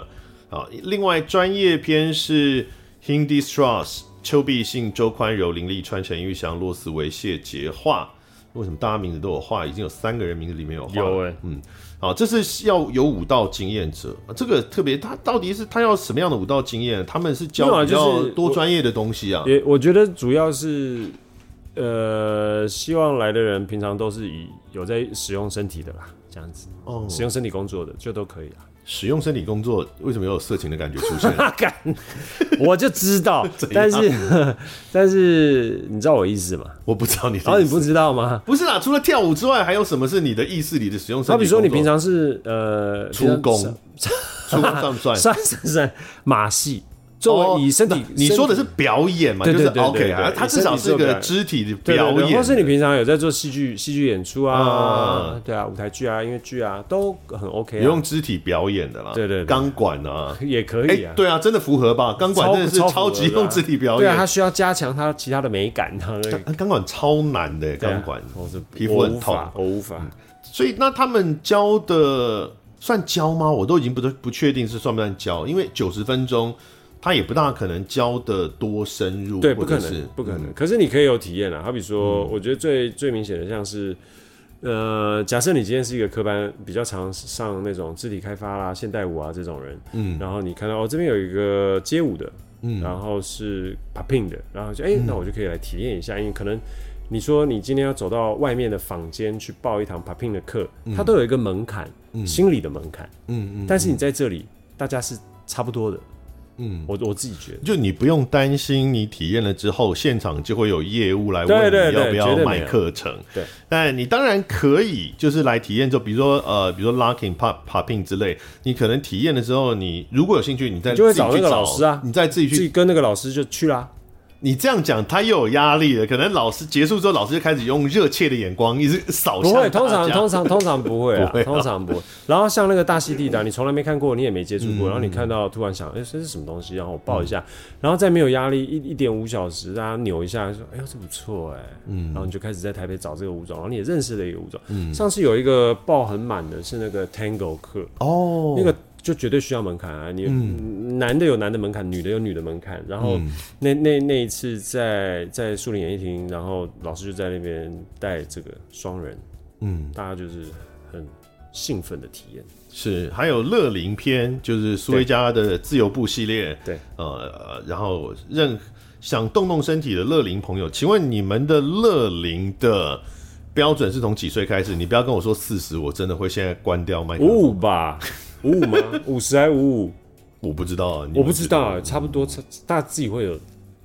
A: 啊，另外专业篇是 Hindi Strauss、邱必信、周宽柔、林立川、陈玉祥、骆思维、谢杰化。为什么大家名字都有化？已经有三个人名字里面有化了。
B: 哎、
A: 好，这是要有武道经验者，啊这个特别，他到底是他要什么样的武道经验？他们是
B: 没有
A: 教
B: 啊
A: 比
B: 就
A: 较
B: 是
A: 多专业的东西啊。
B: 也我觉得主要是。呃，希望来的人平常都是以有在使用身体的啦，这样子，
A: 哦，
B: 使用身体工作的就都 可以啦。
A: 使用身体工作，为什么又有色情的感觉出现？
B: 啊，干， 我就知道，但是 但是你知道我意思吗？
A: 我不知道你的意思。
B: 啊然后你不知道吗？
A: 不是啦，除了跳舞之外，还有什么是你的意识里的使用身体？
B: 好比说，你平常是呃
A: 出工
B: 平
A: 出工算不
B: 常
A: 算？
B: 算算算马戏，作为以身体
A: 哦，你说的是
B: 身体
A: 表演嘛？
B: 对
A: 就
B: 对
A: 是
B: 对对
A: OK
B: 对
A: 啊
B: 对，
A: 它至少是
B: 身体做表
A: 个
B: 演
A: 肢体的
B: 对对对
A: 表演，
B: 或是你平常有在做戏剧戏剧演出啊
A: 啊，
B: 对啊，舞台剧啊，音乐剧啊，都很 OK
A: 你
B: 啊
A: 用，肢体表演的啦。
B: 对对对
A: 钢管啊，
B: 也可
A: 哎
B: 以啊，，
A: 对啊，真的符合吧？钢管
B: 超
A: 真的是
B: 超符合
A: 超级
B: 的啊
A: 用肢体表
B: 对啊，它
A: 演，啊
B: 需要加强它其他的美感，然后那个
A: 钢钢管超难的
B: 对啊
A: 钢管，
B: 我是
A: 皮肤
B: 我
A: 很
B: 无法
A: 痛
B: 我无法，
A: 所以那他们教的算教吗？我都已经不不确定是算不算教，因为九十分钟他也不大可能教的多深入，
B: 对，
A: 或
B: 不
A: 者
B: 可
A: 是
B: 能，不可能。可是你嗯可以有体验啊，好比说，我觉得最最明显的像是，呃，假设你今天是一个科班，比较常上那种肢体开发啦、现代舞啊这种人，嗯，然后你看到哦这边有一个街舞的，嗯，然后是 popping 的，然后就哎、那我就可以来体验一下，因为可能。你说你今天要走到外面的坊间去报一堂 popping 的课，它都有一个门槛，心理的门槛。嗯嗯嗯。但是你在这里，大家是差不多的。嗯，我我自己觉得。
A: 就你不用担心，你体验了之后，现场就会有业务来
B: 对对
A: 问你
B: 对
A: 要不
B: 绝
A: 要
B: 对没
A: 卖
B: 有
A: 课程。
B: 对，
A: 但你当然可以，就是来体验之后，比如说呃，比如说 locking、pop、popping 之类，你可能体验了之后，你如果有兴趣，你再
B: 你就会
A: 自己
B: 找那
A: 去
B: 个老师啊
A: 你再自己
B: 自己
A: 去。
B: 跟那个老师就去啦、
A: 你这样讲，他又有压力了。可能老师结束之后，老师就开始用热切的眼光一直扫
B: 不
A: 向
B: 会，通
A: 大
B: 常
A: 家
B: 通常通常不会啊
A: 不会，啊
B: 通常不会。然后像那个大溪地毯，你从来没看过，你也没接触
A: 嗯
B: 过，然后你看到突然想，哎、这是什么东西？然后我抱一下，然后再没有压力，一一点五小时，大家扭一下，说，哎呦，这不错哎、嗯，然后你就开始在台北找这个舞种，然后你也认识了一个舞种。
A: 嗯
B: 上次有一个报很满的是那个 Tango 课，
A: 哦，
B: 那个就绝对需要门槛啊！你、男的有男的门槛，女的有女的门槛。然后那、那那一次在在树林演艺厅，然后老师就在那边带这个双人嗯，大家就是很兴奋的体验。
A: 是，还有乐龄篇，就是苏维加的自由步系列。
B: 对，
A: 呃，然后任想动动身体的乐龄朋友，请问你们的乐龄的标准是从几岁开始？你不要跟我说四十，我真的会现在关掉麦克
B: 五
A: 风。
B: 五吧，五 五吗？五十还五五？
A: 我不知道啊，你们
B: 我不知
A: 觉得
B: 道啊，差不多，差大家自己会有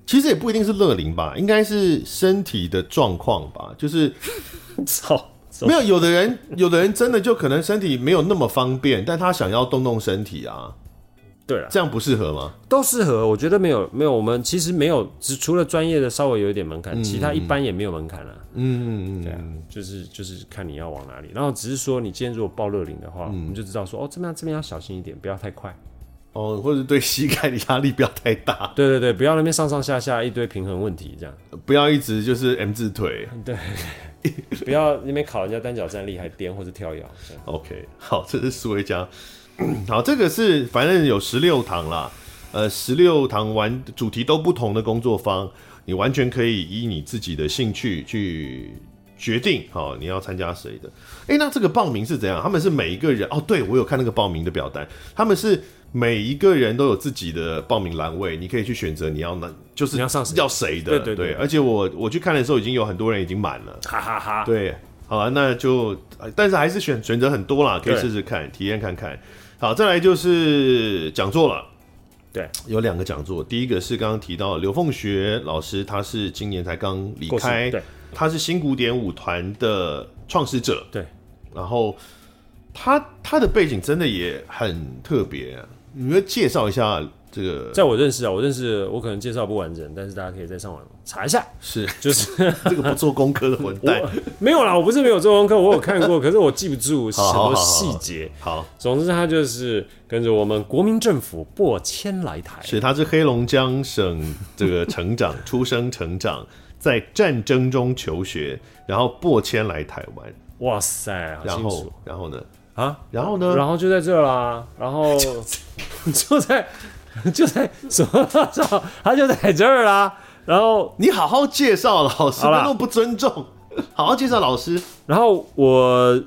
A: 其实也不一定是乐龄吧，应该是身体的状况吧，就是
B: 操。
A: 没有有的人，有的人真的就可能身体没有那么方便，但他想要动动身体啊，
B: 对了，
A: 这样不适合吗？
B: 都适合，我觉得没有没有，我们其实没有，只除了专业的稍微有一点门槛，其他一般也没有门槛啊。
A: 嗯，
B: 对啊，就是就是看你要往哪里，然后只是说你今天如果报热领的话，我
A: 嗯
B: 们就知道说哦，这边要这边要小心一点，不要太快。
A: 哦，或者对膝盖的压力不要太大，
B: 对对对，不要那边上上下下一堆平衡问 题，这样
A: 不要一直就是 M 字腿。
B: 嗯不要那边考人家单脚站立还颠或者跳摇。 这样
A: OK，好，这是苏维加。好，这个是反正有十六堂啦，呃，十六堂完主题都不同的工作坊，你完全可以依你自己的兴趣去决定，好，你要参加谁的。诶，那这个报名是怎样？他们是每一个人哦，对我有看那个报名的表单，他们是每一个人都有自己的报名栏位，你可以去选择你要哪，就是
B: 你要上谁
A: 要谁的，
B: 对对对
A: 而且我我去看的时候，已经有很多人已经满了。
B: 哈哈哈。
A: 对，好啊，那就，呃但是还是选选择很多啦，可以
B: 对
A: 试试看，体验看看。好，再来就是讲座了。
B: 对，
A: 有两个讲座，第一个是刚刚提到的刘凤学老师，他是今年才刚离
B: 过世
A: 开，
B: 对
A: 他是新古典舞团的创始者，
B: 对，
A: 然后他他的背景真的也很特别、啊你们介绍一下这个
B: 在我认识啊，我认识我可能介绍不完整，但是大家可以在上网查一下，
A: 是
B: 就是
A: 这个不做功课的混蛋
B: 我，没有啦，我不是没有做功课，我有看过，可是我记不住什
A: 好好好
B: 么
A: 好
B: 细节。
A: 好，
B: 总之，他就是跟着我们国民政府过迁来台，
A: 是，他是黑龙江省这个成长出生成长，在战争中求学，然后拨迁来台湾，
B: 哇塞，好
A: 然
B: 清
A: 后嗯
B: 楚
A: 然后呢，
B: 啊！
A: 然后呢，
B: 然后就在这啦，然后就在就在什么？他就在这儿啦。然后，
A: 你好好介绍老师，
B: 好啦
A: 那么不尊重，好好介绍老师，
B: 然后我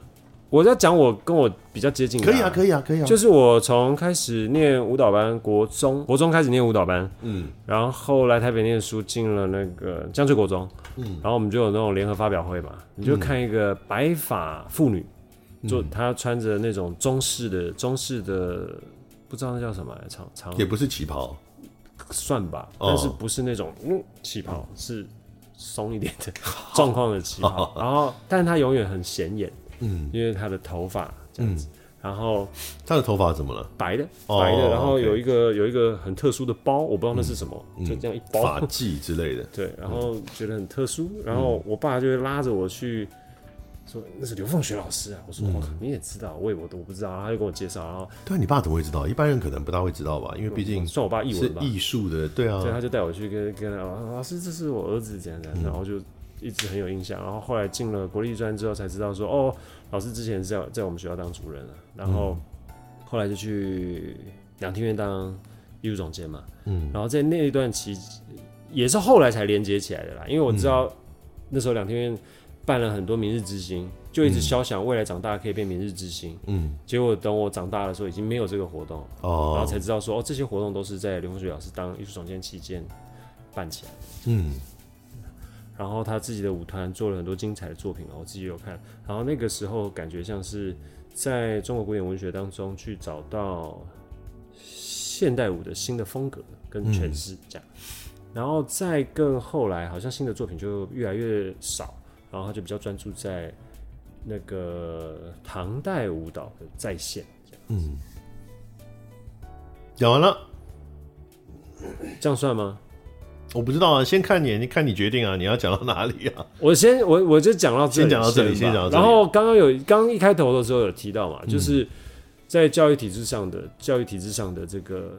B: 我在讲我跟我比较接近的、
A: 可以啊，可以啊，可以啊，
B: 就是我从开始念舞蹈班，国中国中开始念舞蹈班，
A: 嗯
B: 嗯，然后来台北念书，进了那个江翠国中，嗯，然后我们就有那种联合发表会嘛，你就看一个白发妇女，就她穿着那种中式的中式的，不知道那叫什么欸，长长
A: 也不是旗袍，
B: 算吧，
A: 哦
B: 但是不是那种嗯旗袍，是松一点的状况的旗袍。然后，但是她永远很显眼，嗯，因为她的头发这样子，然后。
A: 他的头发怎么了？
B: 白的，
A: 哦
B: 白的，然后
A: OK
B: 有一个有一个很特殊的包，我不知道那是什么，
A: 嗯
B: 就这样一包
A: 发，髻之类 的，
B: 对，然后觉得很特殊，
A: 嗯
B: 然后我爸就会拉着我去说那是刘凤学老师啊，我说
A: 嗯
B: 我靠你也知道，我也我都不知道，然后他就跟我介绍，然后
A: 对啊，你爸怎么会知道？一般人可能不大会知道吧，因为毕竟
B: 算我爸译
A: 嗯是
B: 文吧，
A: 艺术的，对啊
B: 所以，他就带我去跟跟他啊老师，这是我儿子怎样怎样，然后就一直很有印象。然后后来进了国立专之后才知道说，哦，老师之前在在我们学校当主任啊，然后后来就去两厅院当艺术总监嘛，嗯，然后在那一段期也是后来才连接起来的啦，因为我知道那时候两厅院办了很多明日之星，就一直肖想未来长大可以变明日之星，
A: 嗯，
B: 结果等我长大的时候已经没有这个活动了。然后
A: 哦，
B: 才知道说哦，这些活动都是在刘凤学老师当艺术总监期间办起来的。
A: 嗯，
B: 然后他自己的舞团做了很多精彩的作品，哦我自己有看。然后那个时候感觉像是在中国古典文学当中去找到现代舞的新的风格跟诠释这样。然后再更后来，好像新的作品就越来越少，然后他就比较专注在那个唐代舞蹈的再现。这样
A: 讲完了。
B: 这样算吗？
A: 我不知道啊，先看你，你看你决定啊，你要讲到哪里啊？
B: 我先我我就讲到这
A: 先
B: 里，
A: 讲到这里
B: 吧
A: 先讲到这里
B: 然后刚刚有刚刚一开头的时候有提到嘛，就是在教育体制上的教育体制上的这个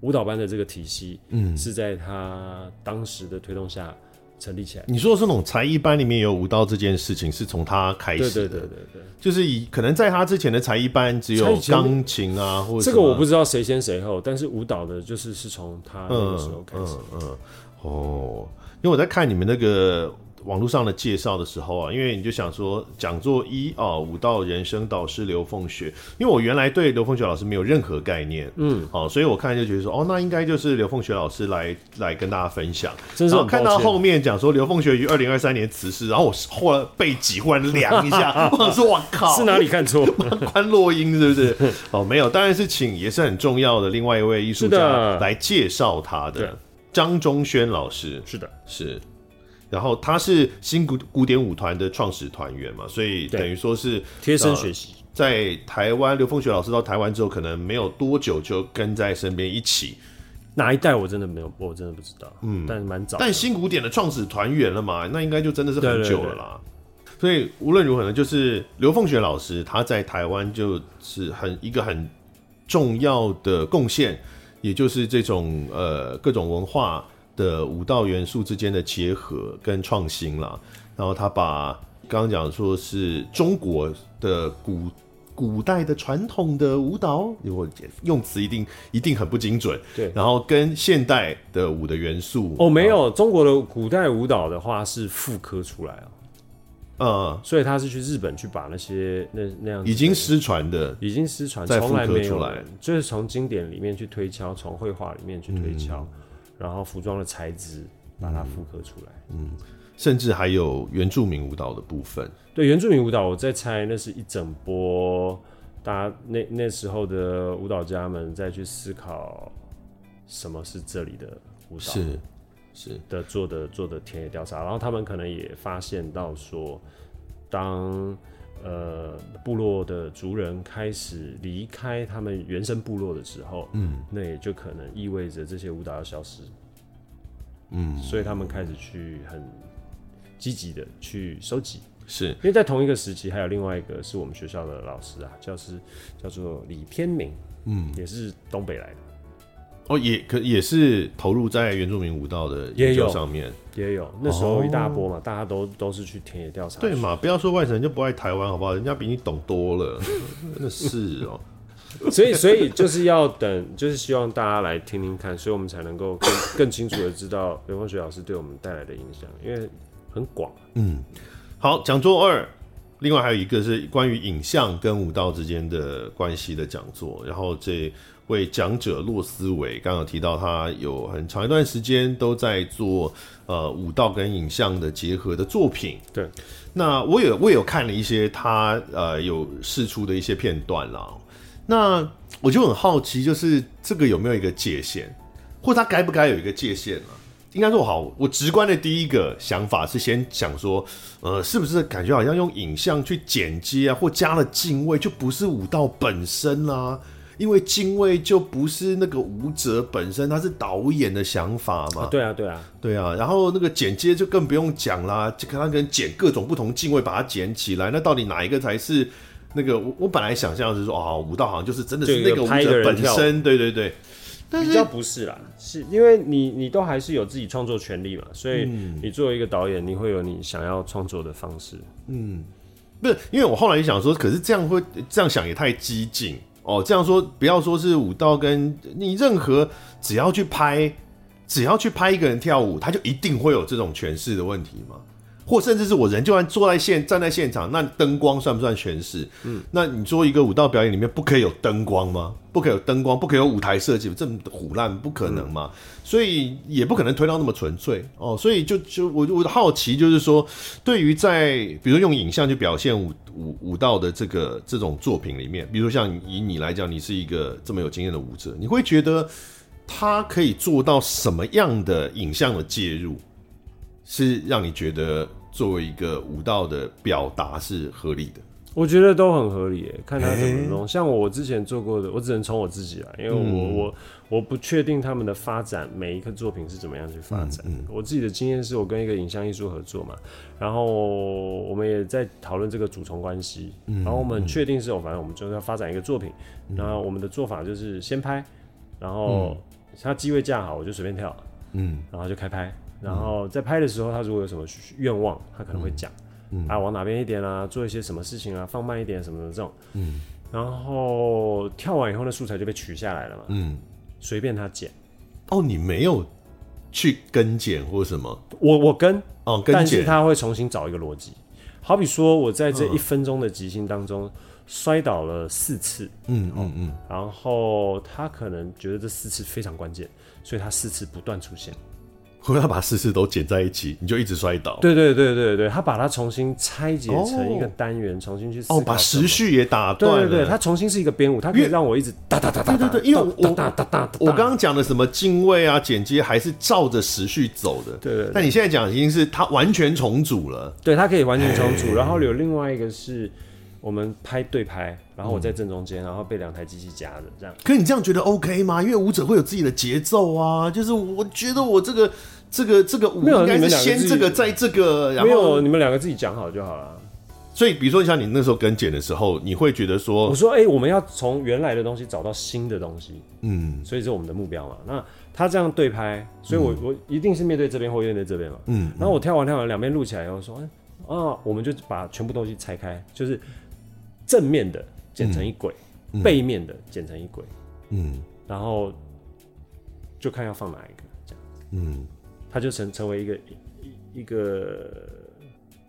B: 舞蹈班的这个体系，嗯，是在他当时的推动下成立起来的。
A: 你说的是那种才艺班里面有舞蹈这件事情，是从他开始
B: 对
A: 的，
B: 对对对对，
A: 就是以可能在他之前的才艺班只
B: 才
A: 有
B: 艺前面
A: 钢琴啊，或者
B: 这
A: 什
B: 个
A: 么
B: 我不知道谁先谁后，但是舞蹈的就是是从他那个时候
A: 嗯
B: 开始
A: 嗯嗯哦，因为我在看你们那个网络上的介绍的时候啊，因为你就想说讲座一啊，舞蹈人生导师刘凤雪，因为我原来对刘凤雪老师没有任何概念，嗯，好、所以我看就觉得说，哦，那应该就是刘凤雪老师来来跟大家分享。
B: 真是
A: 然后
B: 很
A: 看
B: 抱
A: 到
B: 歉
A: 后面讲说刘凤雪于二零二三年辞世，然后我忽然背脊忽然凉一 下，我想说，哇靠，
B: 是哪里看错？
A: 潘洛英是不是？ 哦，没有，当然是请也是很重要的另外一位艺术
B: 是
A: 家
B: 的
A: 来介绍他
B: 对
A: 的张忠轩老师
B: 是的，
A: 是。然后他是新古古典舞团的创始团员嘛，所以
B: 对
A: 等于说是
B: 贴身学习。
A: 在台湾，刘凤雪老师到台湾之后，可能没有多久就跟在身边一起，
B: 哪一代我真的没有，我真的不知道。嗯，但是蛮早的。
A: 但新古典的创始团员了嘛，那应该就真的是很
B: 对对
A: 久了啦。所以无论如何呢，就是刘凤雪老师他在台湾就是很一个很重要的贡献，也就是这种呃各种文化的舞蹈元素之间的结合跟创新啦。然后他把刚刚讲说是中国的古古代的传统的舞蹈，如果用词一定一定很不精准，
B: 对
A: 然后跟现代的舞的元素
B: 哦，没有，中国的古代舞蹈的话是复刻出来啊，
A: 呃，
B: 所以他是去日本去把那些那那样子的
A: 已经失传的，
B: 已经失传，
A: 再复
B: 从来
A: 刻
B: 没
A: 出
B: 有
A: 来
B: 人，就是从经典里面去推敲，从绘画里面去推敲，
A: 嗯
B: 然后服装的材质把它复刻出来。
A: 嗯甚至还有原住民舞蹈的部分。
B: 对原住民舞蹈，我在猜那是一整波，大家那那时候的舞蹈家们再去思考什么是这里的舞蹈
A: 是，
B: 的做的做的田野调查，然后他们可能也发现到说，当呃部落的族人开始离开他们原生部落的时候，嗯，那也就可能意味着这些舞蹈要消失，嗯，所以他们开始去很积极的去收集，
A: 是
B: 因为在同一个时期，还有另外一个是我们学校的老师啊，教师叫做李天明，嗯，也是东北来的，
A: 哦，也可也是投入在原住民舞蹈的研
B: 也
A: 究
B: 有啊
A: 上面，
B: 也有那时候一大波嘛，大家都都是去田野调查，
A: 对嘛？不要说外省人就不爱台湾，好不好？人家比你懂多 了，真的是哦。
B: 所以，所以就是要等，就是希望大家来听听看，所以我们才能够更 更清楚的知道刘凤雪老师对我们带来的影响，因为很广。
A: 好，讲座二，另外还有一个是关于影像跟舞蹈之间的关系的讲座。然后这位讲者洛思维刚刚有提到，他有很长一段时间都在做呃舞蹈跟影像的结合的作品。
B: 对，
A: 那我也我也有看了一些他呃有试出的一些片段啦。那我就很好奇，就是这个有没有一个界限，或他该不该有一个界限啊？应该说好，我直观的第一个想法是先想说，呃，是不是感觉好像用影像去剪接啊，或加了敬畏，就不是舞蹈本身啦、因为敬畏就不是那个舞者本身，他是导演的想法嘛。
B: 对啊，对啊，
A: 对啊，然后那个剪接就更不用讲啦，就看他跟剪各种不同敬畏把它剪起来，那到底哪一个才是那个？我我本来想象是说，哦，武道好像就是真的是那
B: 就一
A: 个
B: 个
A: 舞
B: 拍一个
A: 者
B: 人
A: 本
B: 跳
A: 身，对对对。但
B: 比
A: 是
B: 较不是啦，是因为你你都还是有自己创作权利嘛，所以你作为一个导演，你会有你想要创作的方式。
A: 不是，因为我后来就想说，可是这样会这样想也太激进哦。这样说，不要说是武道跟你任何，只要去拍，只要去拍一个人跳舞，他就一定会有这种诠释的问题吗？或甚至是我人就算坐在现站在现场，那灯光算不算诠释？嗯，那你说一个舞蹈表演里面不可以有灯光吗？不可以有灯光，不可以有舞台设计，这么虎烂不可能嘛？所以也不可能推到那么纯粹哦。所以就就我我好奇就是说，对于在比如说用影像去表现舞舞舞蹈的这个这种作品里面，比如说像以你来讲，你是一个这么有经验的舞者，你会觉得他可以做到什么样的影像的介入，是让你觉得作为一个舞蹈的表达是合理的？
B: 我觉得都很合理耶，看他怎么弄。像我之前做过的，我只能从我自己来，因为我、我我不确定他们的发展，每一个作品是怎么样去发展。我自己的经验是我跟一个影像艺术合作嘛，然后我们也在讨论这个主从关系，然后我们确定是哦有，反正我们就是要发展一个作品，然后我们的做法就是先拍，然后他机位架好，我就随便跳，嗯，然后就开拍，然后在拍的时候，他如果有什么需愿望，他可能会讲。啊，往哪边一点啊，做一些什么事情啊，放慢一点什么的这种，嗯，然后跳完以后，那素材就被取下来了嘛，
A: 嗯，
B: 随便他剪，
A: 哦，你没有去跟检或什么？
B: 我我跟，
A: 哦，跟
B: 但是
A: 检，
B: 他会重新找一个逻辑。好比说，我在
A: 嗯
B: 这一分钟的即兴当中摔倒了四次，
A: 嗯嗯嗯，
B: 然后他可能觉得这四次非常关键，所以他四次不断出现。
A: 或者他把四次都剪在一起，你就一直摔倒。，
B: 对对对对对，他把它重新拆解
A: 哦
B: 成一个单元，重新去思考
A: 哦，把
B: 什么
A: 时序也打
B: 对
A: 断
B: 对
A: 了。
B: 对，它重新是一个编舞，它可以
A: 因为
B: 让我一直哒哒哒哒哒，
A: 对对对因为我
B: 哒哒哒哒哒，
A: 我刚刚讲的什么敬畏啊、剪接，还是照着时序走的。
B: 对对对
A: 但你现在讲已经是它完全重组了。
B: 对它可以完全重
A: 哎
B: 组，然后有另外一个是我们拍对拍，然后我在正中间，然后被两台机器夹着这样。
A: 可你这样觉得 OK 吗？因为舞者会有自己的节奏啊，就是我觉得我这个这个这个舞
B: 没有
A: 应该是
B: 你们两个
A: 先
B: 自己
A: 这个再这个，然
B: 没有，
A: 后
B: 你们两个自己讲好就好了。
A: 所以比如说像你那时候跟剪的时候，你会觉得
B: 我
A: 说，
B: 说，哎、我们要从原来的东西找到新的东西，
A: 嗯
B: 所以这是我们的目标嘛。那他这样对拍，所以我、我一定是面对这边或面对这边嘛。
A: 嗯，
B: 然后我跳完跳完，两边录起来以后说，哎啊，我们就把全部东西拆开，就是正面的剪成一轨，背面的剪成一轨，
A: 嗯
B: 然后就看要放哪一个，这样
A: 嗯，
B: 它就成成为一个一一个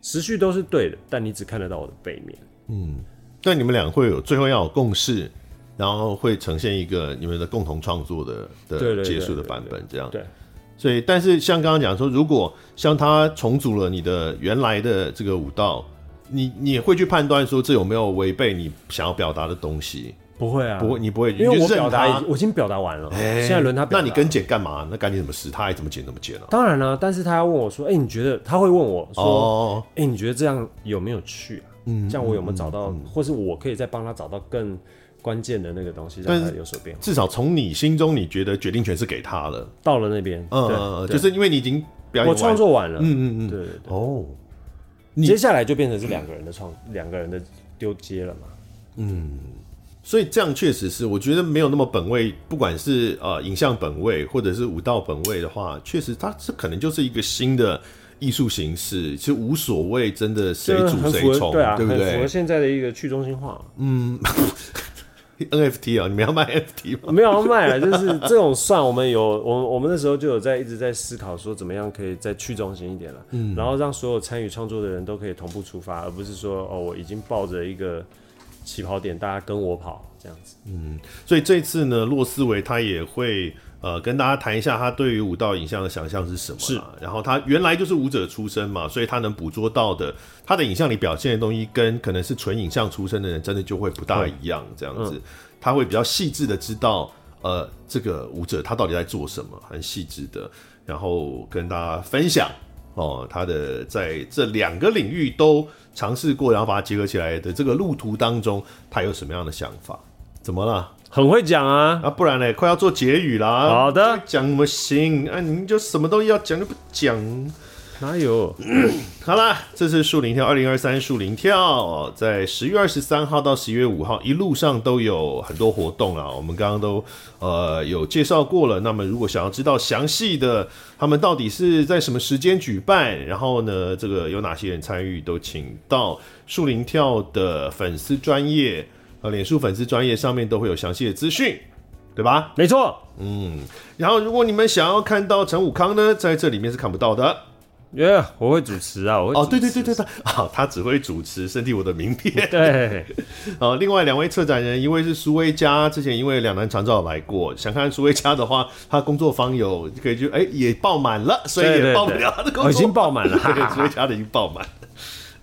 B: 时序都是对的，但你只看得到我的背面。
A: 那你们俩会有最后要有共识，然后会呈现一个你们的共同创作的
B: 对
A: 的
B: 对
A: 结束
B: 对
A: 的
B: 对
A: 版本，这样
B: 对，
A: 所以，但是像刚刚讲说，如果像他重组了你的原来的这个舞蹈，你你也会去判断说这有没有违背你想要表达的东西，
B: 不会啊，
A: 不会，你不会，
B: 因为
A: 你
B: 我
A: 就认
B: 表达已
A: 他
B: 经。我已经表达完了，
A: 哎
B: 现在轮他表
A: 那
B: 达。
A: 你跟剪干嘛？那该你怎么撕？他爱怎么剪怎么剪啊？
B: 当然了、但是他要问我说，哎、你觉得他会问我说，哎、
A: 哦，
B: 你觉得这样有没有趣啊？嗯，这样我有没有找到，或是我可以再帮他找到更关键的那个东西，让
A: 但
B: 他
A: 是
B: 有所变化。
A: 至少从你心中，你觉得决定权是给他了。
B: 到了那边，
A: 嗯
B: 对
A: 嗯，嗯，
B: 对
A: 就是因为你已经表演
B: 我
A: 完
B: 创，作完了，
A: 嗯嗯嗯，
B: 对对对，
A: 哦，你
B: 接下来就变成是两个人的创，两个人的丢接了嘛。
A: 所以这样确实是，我觉得没有那么本位，不管是呃影像本位或者是舞蹈本位的话，确实它这可能就是一个新的艺术形式，其实无所谓真的谁
B: 就是
A: 主
B: 很
A: 谁
B: 符合
A: 从，
B: 对啊，
A: 不
B: 很符 合
A: 对
B: 现在的一个去中心化。
A: ？NFT 啊，你们要卖 NFT 吗？
B: 没有要卖了，就是这种算我们有，我我们那时候就有在一直在思考说怎么样可以再去中心一点了，嗯，然后让所有参与创作的人都可以同步出发，而不是说哦我已经抱着一个起跑点，大家跟我跑这样子。
A: 所以这次呢，洛思维他也会呃跟大家谈一下他对于舞蹈影像的想象是什么
B: 是
A: 啦。然后他原来就是舞者出身嘛，所以他能捕捉到的他的影像里表现的东西，跟可能是纯影像出身的人真的就会不大一样。这样子，他会比较细致的知道呃这个舞者他到底在做什么，很细致的，然后跟大家分享。哦，他的在这两个领域都尝试过，然后把它结合起来的这个路途当中，他有什么样的想法？怎么了？
B: 很会讲 啊，
A: 啊，不然嘞，快要做结语啦。
B: 好的
A: 讲什么行？啊，您就什么东西要讲就不讲。
B: 哪有？
A: 好啦，这是树林跳二零二三树林跳，在十月二十三号到十一月五号一路上都有很多活动啦。我们刚刚都呃有介绍过了。那么如果想要知道详细的他们到底是在什么时间举办，然后呢这个有哪些人参与，都请到树林跳的粉丝专业呃脸书粉丝专业上面都会有详细的资讯，对吧？
B: 没错，
A: 然后，如果你们想要看到陈武康呢，在这里面是看不到的
B: 耶、我会主持啊，我会
A: 哦。
B: 主
A: 对对对对对，啊，他只会主持《身体我的名片》
B: 对，
A: 呃，另外两位策展人，一位是苏威佳，之前因为两难长照有来过，想看苏威佳的话，他工作方有可以去，哎、也爆满了，所以
B: 对
A: 也
B: 对
A: 报不
B: 对
A: 了他的工作
B: 哦，已经爆 满了，哈
A: 对，
B: 哈
A: 苏威佳的已经爆满。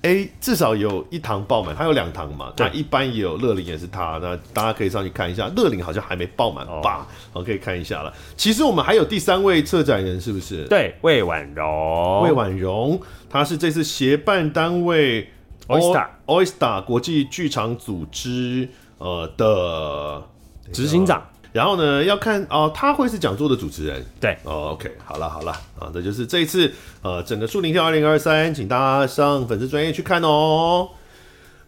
A: 哎、至少有一堂爆满，他有两堂嘛。那一般也有乐龄也是他，那大家可以上去看一下。乐龄好像还没爆满吧？哦，可以看一下了。其实我们还有第三位策展人，是不是？
B: 对，魏婉柔，
A: 魏婉容，她是这次协办单位
B: Oyster
A: O- Oyster 国际剧场组织呃的
B: 执行长，
A: 然后呢，要看哦，他会是讲座的主持人。
B: 对，
A: 哦，OK，好了好了啊，这就是这一次呃整个树林跳二零二三，请大家上粉丝专业去看哦。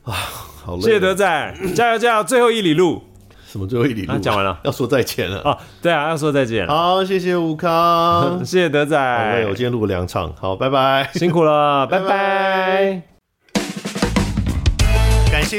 A: 啊，好累，
B: 谢谢德仔，加油加油，最后一里路
A: 什么最后一里路、
B: 啊讲完了，
A: 要说再见了。
B: 啊，对啊，要说再见了，
A: 好，谢谢
B: ，
A: 吴康
B: 谢谢德仔，
A: 好累，我今天录了两场，好，拜拜。
B: 辛苦了，拜拜。
C: 感谢